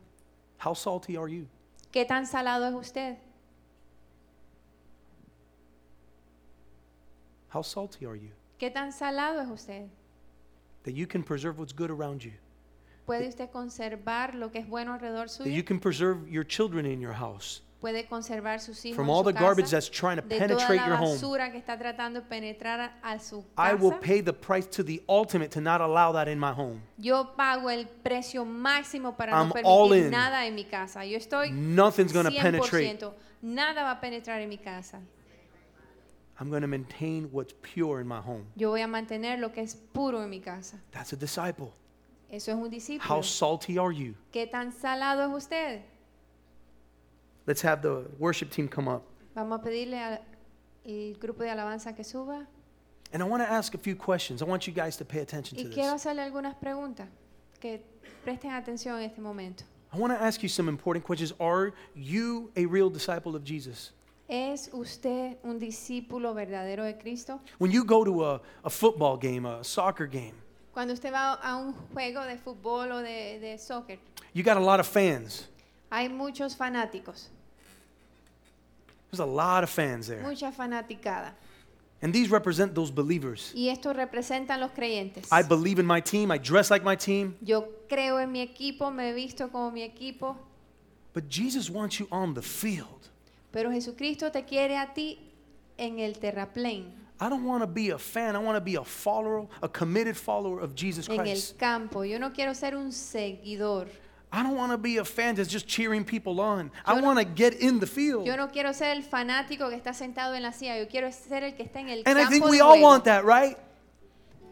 C: How salty are you?
D: ¿Qué tan salado es usted?
C: How salty are you?
D: ¿Qué tan salado es usted?
C: That you can preserve what's good around you.
D: ¿Puede usted conservar lo que es bueno alrededor
C: That you
D: suyo?
C: can preserve your children in your house
D: ¿Puede conservar sus hijos
C: from
D: en
C: all the
D: su
C: garbage
D: casa?
C: that's trying to
D: de toda
C: penetrate
D: la
C: your home.
D: basura que está tratando de penetrar a, a su
C: I will
D: casa.
C: pay the price to the ultimate to not allow that in my home.
D: Yo pago el precio máximo para
C: I'm
D: no
C: all
D: permitir
C: in.
D: nada en mi casa. Yo estoy
C: Nothing's going to
D: 100%.
C: penetrate.
D: Nada va a penetrar en mi casa.
C: I'm going to maintain what's pure in my home.
D: Yo voy a mantener lo que es puro en mi casa.
C: That's a disciple.
D: Eso es un discípulo.
C: How salty are you?
D: ¿Qué tan salado es usted?
C: Let's have the worship team come up.
D: Vamos a pedirle al el grupo de alabanza que suba.
C: And I want to ask a few questions. I want you guys to pay attention to
D: Y quiero
C: this.
D: hacerle algunas preguntas que presten atención en este momento.
C: I want to ask you some important questions. Are you a real disciple of Jesus?
D: ¿Es usted un discípulo verdadero de Cristo?
C: When you go to a, a football game, a soccer game,
D: Cuando usted va a un juego de fútbol o de, de soccer,
C: you got a lot of fans.
D: hay muchos fanáticos,
C: There's a lot of fans there.
D: mucha fanaticada.
C: And these represent those believers.
D: Y esto representan los creyentes.
C: I believe in my team, I dress like my team.
D: Yo creo en mi equipo, me he visto como mi equipo,
C: But Jesus wants you on the field.
D: pero Jesucristo te quiere a ti en el terraplén,
C: I don't want to be a fan. I want to be a follower, a committed follower of Jesus
D: en el
C: Christ.
D: campo. Yo no quiero ser un seguidor.
C: I don't want to be a fan that's just cheering people on. I want to get in the field.
D: Yo no quiero ser el fanático que está sentado en la silla. Yo quiero ser el que está en el
C: And
D: campo.
C: I think
D: de
C: we all
D: juego.
C: want that, right?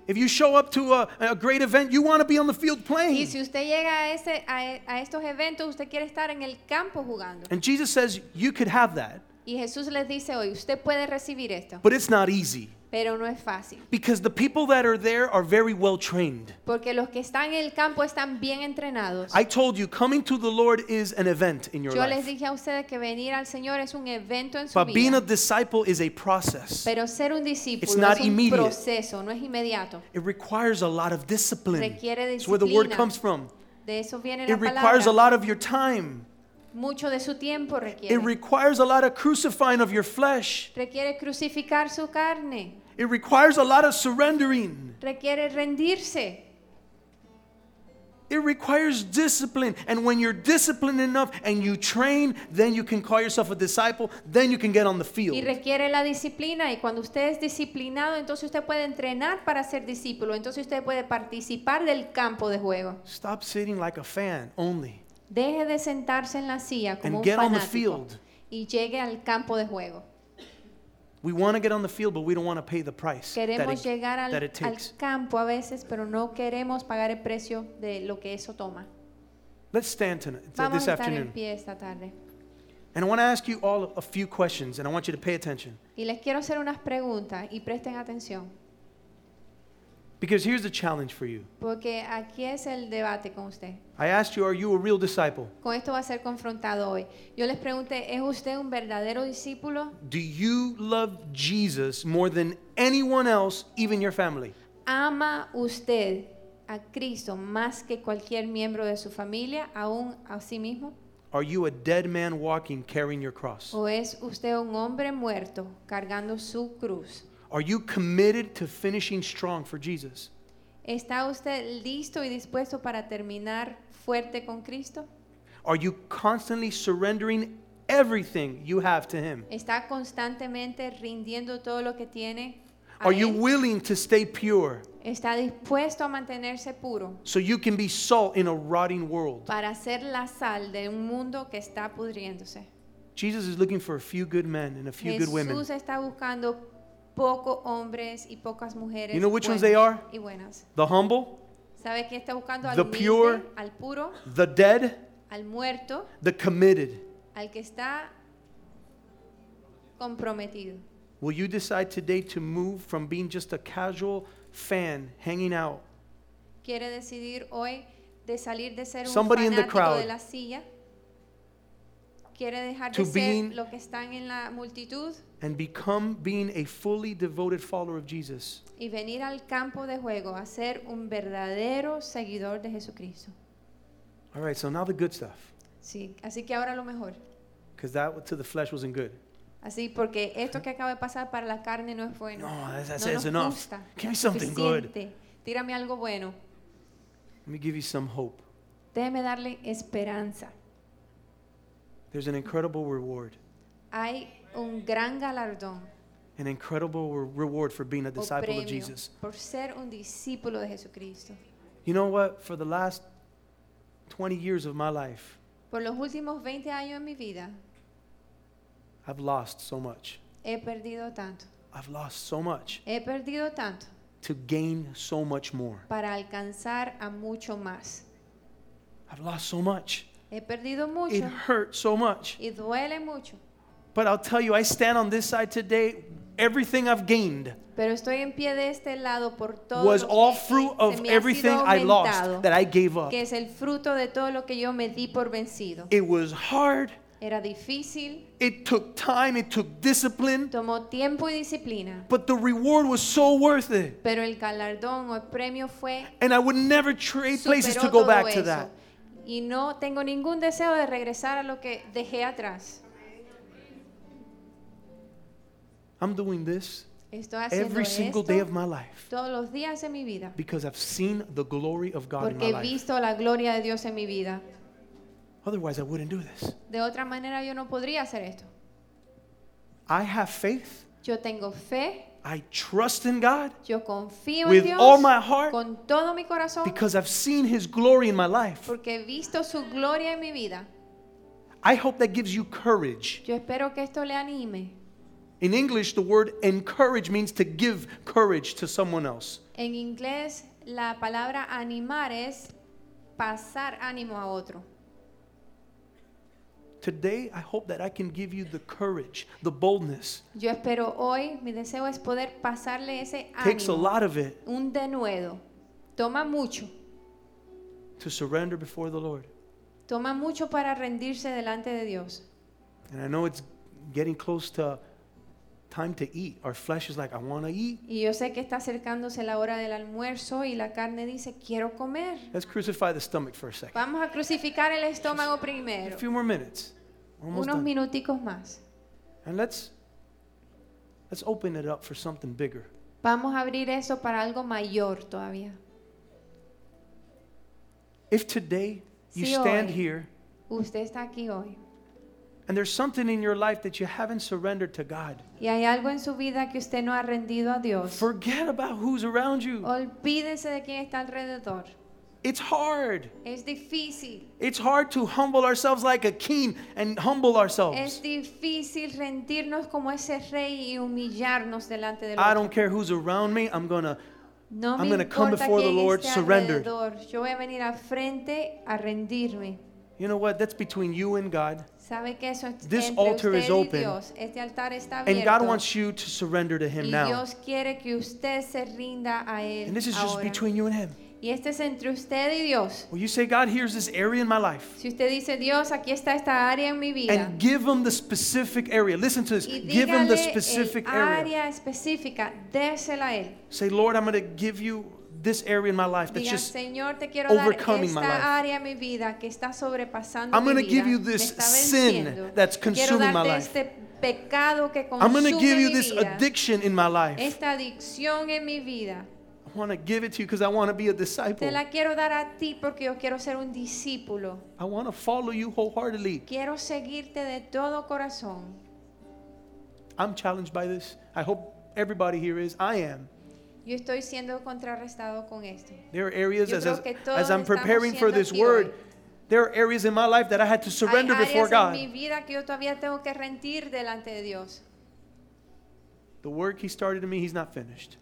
C: If you show up to a, a great event, you want to be on the field
D: Y
C: playing.
D: si usted llega a, ese, a, e- a estos eventos, usted quiere estar en el campo jugando.
C: And Jesus says you could have that,
D: Y Jesús les dice hoy, usted puede recibir esto,
C: but it's not easy
D: pero no es fácil.
C: because the people that are there are very well trained.
D: Porque los que están en el campo están bien entrenados.
C: I told you, coming to the Lord is an event in your
D: Yo les
C: life,
D: dije a ustedes que venir al Señor es un evento en su
C: but being a
D: vida.
C: disciple is a process.
D: Pero ser un discípulo
C: It's not
D: es un
C: immediate.
D: proceso, no es inmediato.
C: It requires a lot of discipline.
D: Requiere
C: It's where the word
D: disciplina.
C: comes from.
D: De eso viene la
C: It requires a
D: palabra.
C: lot of your time.
D: Mucho de su tiempo requiere.
C: It requires a lot of crucifying of your flesh.
D: requiere crucificar su carne.
C: It requires a lot of surrendering.
D: Requiere rendirse.
C: It requires discipline. And when you're disciplined enough and you train, then you can call yourself a disciple, then you can get on the
D: Y
C: field.
D: requiere la disciplina. Y cuando usted es disciplinado, entonces usted puede entrenar para ser discípulo. Entonces usted puede participar del campo de juego.
C: Stop sitting like a fan only.
D: Deje de sentarse en la silla
C: And
D: como un
C: get on the
D: fanático
C: field.
D: y llegue al campo de juego.
C: We want to get on the field, but we don't want to pay the price that
D: Queremos
C: it,
D: llegar al,
C: that it
D: al
C: takes.
D: campo a veces, pero no queremos pagar el precio de lo que eso toma.
C: Let's stand tonight,
D: Vamos
C: this
D: a estar en
C: afternoon.
D: pie esta tarde.
C: And I want to ask you all a few questions, and I want you to pay attention.
D: Y les quiero hacer unas preguntas y presten atención,
C: Because here's the challenge for you.
D: porque aquí es el debate con usted.
C: I asked you, are you a real disciple?
D: Con esto va a ser confrontado hoy. Yo les pregunté, ¿es usted un verdadero discípulo?
C: Do you love Jesus more than anyone else, even your family?
D: ¿Ama usted a Cristo más que cualquier miembro de su familia, aún a sí mismo?
C: Are you a dead man walking carrying your cross?
D: ¿O es usted un hombre muerto cargando su cruz?
C: Are you committed to finishing strong for Jesus?
D: ¿Está usted listo y dispuesto para terminar fuerte con Cristo?
C: Are you constantly surrendering everything you have to Him?
D: ¿Está constantemente rindiendo todo lo que tiene? a
C: Are you
D: Él?
C: willing to stay pure
D: ¿Está dispuesto a mantenerse puro
C: so you can be salt in a rotting world?
D: para ser la sal de un mundo que está pudriéndose?
C: Jesus is looking for a few good men and a few good women.
D: Jesús está buscando pocos hombres y pocas mujeres
C: You know which ones
D: buenas
C: they are?
D: y buenas.
C: The humble,
D: ¿Sabe qué está buscando? Al,
C: The
D: humilde,
C: pure.
D: al puro,
C: the dead,
D: al muerto,
C: the committed.
D: al que está comprometido.
C: Will you decide today to move from being just a casual fan hanging out
D: Quiere decidir hoy de salir de ser un
C: Somebody in the
D: fanático
C: crowd.
D: de la silla. Quiere dejar
C: To
D: de ser
C: being-
D: lo que están en la multitud
C: and become being a fully devoted follower of Jesus?
D: y venir al campo de juego a ser un verdadero seguidor de Jesucristo.
C: All right, so now the good stuff,
D: Sí, así que ahora lo mejor.
C: because that to the flesh wasn't good.
D: Así, porque esto que acaba de pasar para la carne no es bueno.
C: No, that's- that's-
D: no
C: that's
D: nos
C: enough.
D: gusta.
C: Give me something good.
D: Suficiente. Tírame algo bueno.
C: Let me give you some hope.
D: Déjeme darle esperanza.
C: There's an incredible reward,
D: Hay un gran galardón
C: an incredible re- reward for being a
D: o
C: disciple of
D: premio
C: Jesus.
D: por ser un discípulo de Jesucristo.
C: You know what? For the last 20 years of my life,
D: Por los últimos 20 años de mi vida
C: I've lost so much.
D: he perdido tanto.
C: I've lost so much
D: He perdido tanto
C: to gain so much more.
D: para alcanzar a mucho más.
C: I've lost so much.
D: He perdido
C: It
D: mucho
C: hurt so much.
D: y duele mucho.
C: But I'll tell you, I stand on this side today. Everything I've gained
D: Pero estoy en pie de este lado por todo
C: was
D: lo
C: all
D: que
C: fruit
D: se
C: of
D: me ha
C: everything
D: sido
C: I
D: aumentado,
C: lost that I gave up.
D: que es el fruto de todo lo que yo me di por vencido.
C: It was hard.
D: Era difícil,
C: It took time. It took discipline.
D: tomó tiempo y disciplina,
C: But the reward was so worth it.
D: pero el galardón o el premio fue
C: And I would never trade places
D: superó
C: to go
D: todo
C: back to
D: eso.
C: that.
D: Y no tengo ningún deseo de regresar a lo que dejé atrás.
C: I'm doing this
D: Estoy haciendo
C: every single
D: esto
C: day of my life
D: todos los días de mi vida,
C: because I've seen the glory of God in
D: porque
C: my
D: he
C: life.
D: visto la gloria de Dios en mi vida.
C: Otherwise, I wouldn't do this.
D: De otra manera yo no podría hacer esto.
C: I have faith.
D: Yo tengo fe
C: I trust in God
D: Yo confío
C: With
D: en Dios
C: all my heart,
D: con todo mi corazón
C: because I've seen His glory in my life.
D: porque he visto su gloria en mi vida.
C: I hope that gives you courage.
D: Yo espero que esto le anime.
C: In English, the word encourage means to give courage to someone else.
D: En inglés la palabra animar es pasar ánimo a otro.
C: Today, I hope that I can give you the courage, the boldness.
D: Yo espero hoy, mi deseo es poder pasarle ese
C: Takes a
D: ánimo,
C: lot of it
D: un denuedo. Toma mucho,
C: to surrender before the Lord.
D: toma mucho para rendirse delante de Dios.
C: And I know it's getting close to time to eat. Our flesh is like, I want to eat.
D: Y yo sé que está acercándose la hora del almuerzo y la carne dice, quiero comer.
C: Let's crucify the stomach for a second.
D: Vamos a crucificar el estómago
C: A
D: primero.
C: few more minutes. We're Almost
D: unos
C: done.
D: minuticos más.
C: And let's let's open it up for something bigger.
D: Vamos a abrir eso para algo mayor todavía.
C: If today you
D: Sí,
C: stand
D: hoy.
C: here
D: Usted está aquí hoy
C: and there's something in your life that you haven't surrendered to God,
D: y hay algo en su vida que usted no ha rendido a Dios.
C: forget about who's around you.
D: Olvídese de quién está alrededor.
C: It's hard.
D: Es difícil.
C: It's hard to humble ourselves like a king and humble ourselves.
D: Es difícil rendirnos como ese rey y humillarnos delante del
C: I
D: otro.
C: don't care who's around me. I'm going to
D: No
C: I'm
D: me
C: gonna come
D: importa
C: before the
D: quién
C: Lord
D: esté
C: surrendered.
D: alrededor. Yo voy a venir al frente a rendirme.
C: You know what? That's between you and God.
D: Sabe que eso es
C: This
D: entre
C: altar
D: usted
C: is
D: y
C: open.
D: Dios. Este altar está
C: And
D: abierto.
C: God wants you to surrender to Him
D: y
C: now.
D: Dios quiere que usted se rinda a él
C: And this is just
D: ahora.
C: between you and Him.
D: Y este es entre usted y Dios.
C: Well, you say, God, here's this area in my life.
D: Si usted dice, Dios, aquí está esta área en mi vida.
C: And give Him the specific area. Listen to this.
D: y
C: Give Him the
D: dígale
C: specific
D: el
C: area.
D: área específica, désela a él.
C: Say, Lord, I'm going to give you this area in my life that's
D: Diga,
C: just.
D: Señor, te quiero dar
C: overcoming my life.
D: esta área en mi vida que está sobrepasando
C: I'm
D: mi
C: gonna
D: vida.
C: give you
D: me
C: this
D: está
C: sin
D: venciendo.
C: that's
D: quiero
C: consuming my
D: darte
C: life.
D: este pecado que consume
C: I'm going to give you
D: mi
C: this
D: vida.
C: addiction in my life.
D: Esta adicción en mi vida.
C: I want to give it to you because I want to be a disciple.
D: Te la quiero dar a ti porque yo quiero ser un discípulo.
C: I want to follow you wholeheartedly.
D: Quiero seguirte de todo corazón.
C: I'm challenged by this. I hope everybody here is. I am.
D: Yo estoy siendo contrarrestado con esto.
C: There are areas
D: Yo
C: as,
D: creo
C: as,
D: que todos
C: as I'm
D: estamos
C: preparing for
D: siendo
C: this
D: aquí
C: word,
D: hoy.
C: there are areas in my life that I had to surrender
D: Hay
C: before
D: áreas en mi
C: God.
D: vida que yo todavía tengo que rendir delante de Dios.
C: The work He started in me, He's not finished.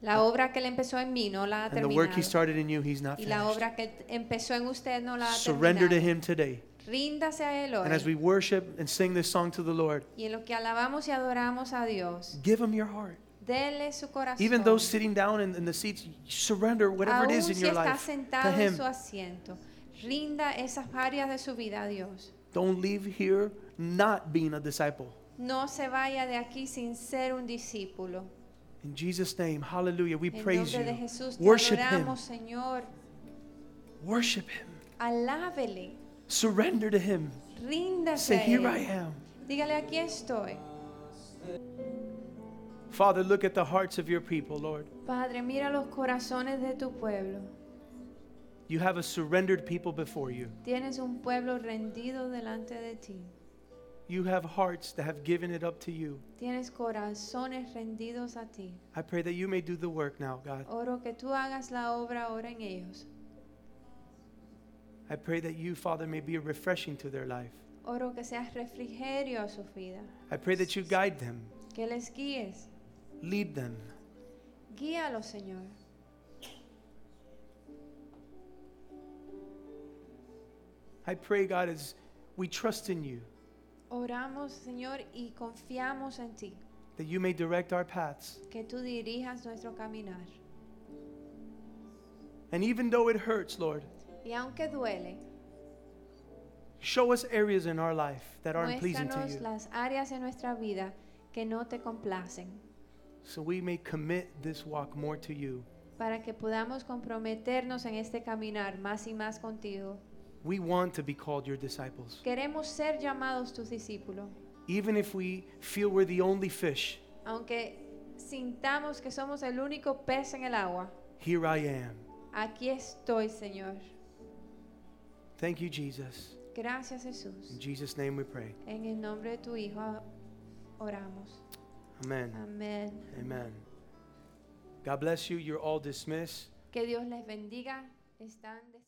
D: La obra que él empezó en mí no la ha
C: Ah. And the work He
D: terminado.
C: started in you, He's not
D: Y la
C: finished.
D: obra que él empezó en usted no la ha
C: Surrender to
D: terminado.
C: Him today.
D: Ríndase a él
C: And as we
D: hoy.
C: worship and sing this song to the Lord,
D: Y en lo que alabamos y adoramos a Dios,
C: give Him your heart.
D: dele su corazón.
C: Even those sitting down in, in the seats, surrender whatever it
D: Aún
C: is in
D: si
C: your
D: está
C: life to
D: sentado en
C: Him.
D: su asiento, rinda esas áreas de su vida a Dios.
C: Don't leave here not being a disciple.
D: No se vaya de aquí sin ser un discípulo.
C: In Jesus' name, hallelujah. We
D: En
C: praise
D: nombre de
C: you.
D: Jesús te
C: Worship Him.
D: adoramos, Señor.
C: Worship Him.
D: Alábele,
C: Surrender to Him.
D: ríndase.
C: Say,
D: a
C: Here I
D: Él.
C: am.
D: Dígale, aquí estoy.
C: Father, look at the hearts of your people, Lord.
D: Padre, mira los corazones de tu pueblo.
C: You have a surrendered people before you.
D: Tienes un pueblo rendido delante de ti.
C: You have hearts that have given it up to you.
D: Tienes corazones rendidos a ti.
C: I pray that you may do the work now, God.
D: Oro que tú hagas la obra ahora en ellos.
C: I pray that you, Father, may be a refreshing to their life.
D: Oro que seas refrigerio a su vida.
C: I pray that you guide them,
D: Que les guíes.
C: lead them.
D: Guíalos, Señor.
C: I pray, God, as we trust in you,
D: Oramos, Señor, y confiamos en ti.
C: that you may direct our paths.
D: Que tú dirijas nuestro caminar.
C: And even though it hurts, Lord,
D: Y aunque duele,
C: show us areas in our life that aren't pleasing to
D: muéstranos
C: you
D: las áreas de nuestra vida que no te complacen.
C: so we may commit this walk more to you.
D: para que podamos comprometernos en este caminar más y más contigo.
C: We want to be called your disciples.
D: Queremos ser llamados tus discípulos,
C: Even if we feel we're the only fish,
D: aunque sintamos que somos el único pez en el agua.
C: here I am.
D: Aquí estoy, Señor.
C: Thank you, Jesus.
D: Gracias,
C: In
D: Jesús.
C: Jesus' name we pray.
D: En el nombre de tu Hijo ah, oramos.
C: Amen.
D: Amén.
C: Amen. God bless you. You're all dismissed.
D: Que Dios les bendiga. Están des-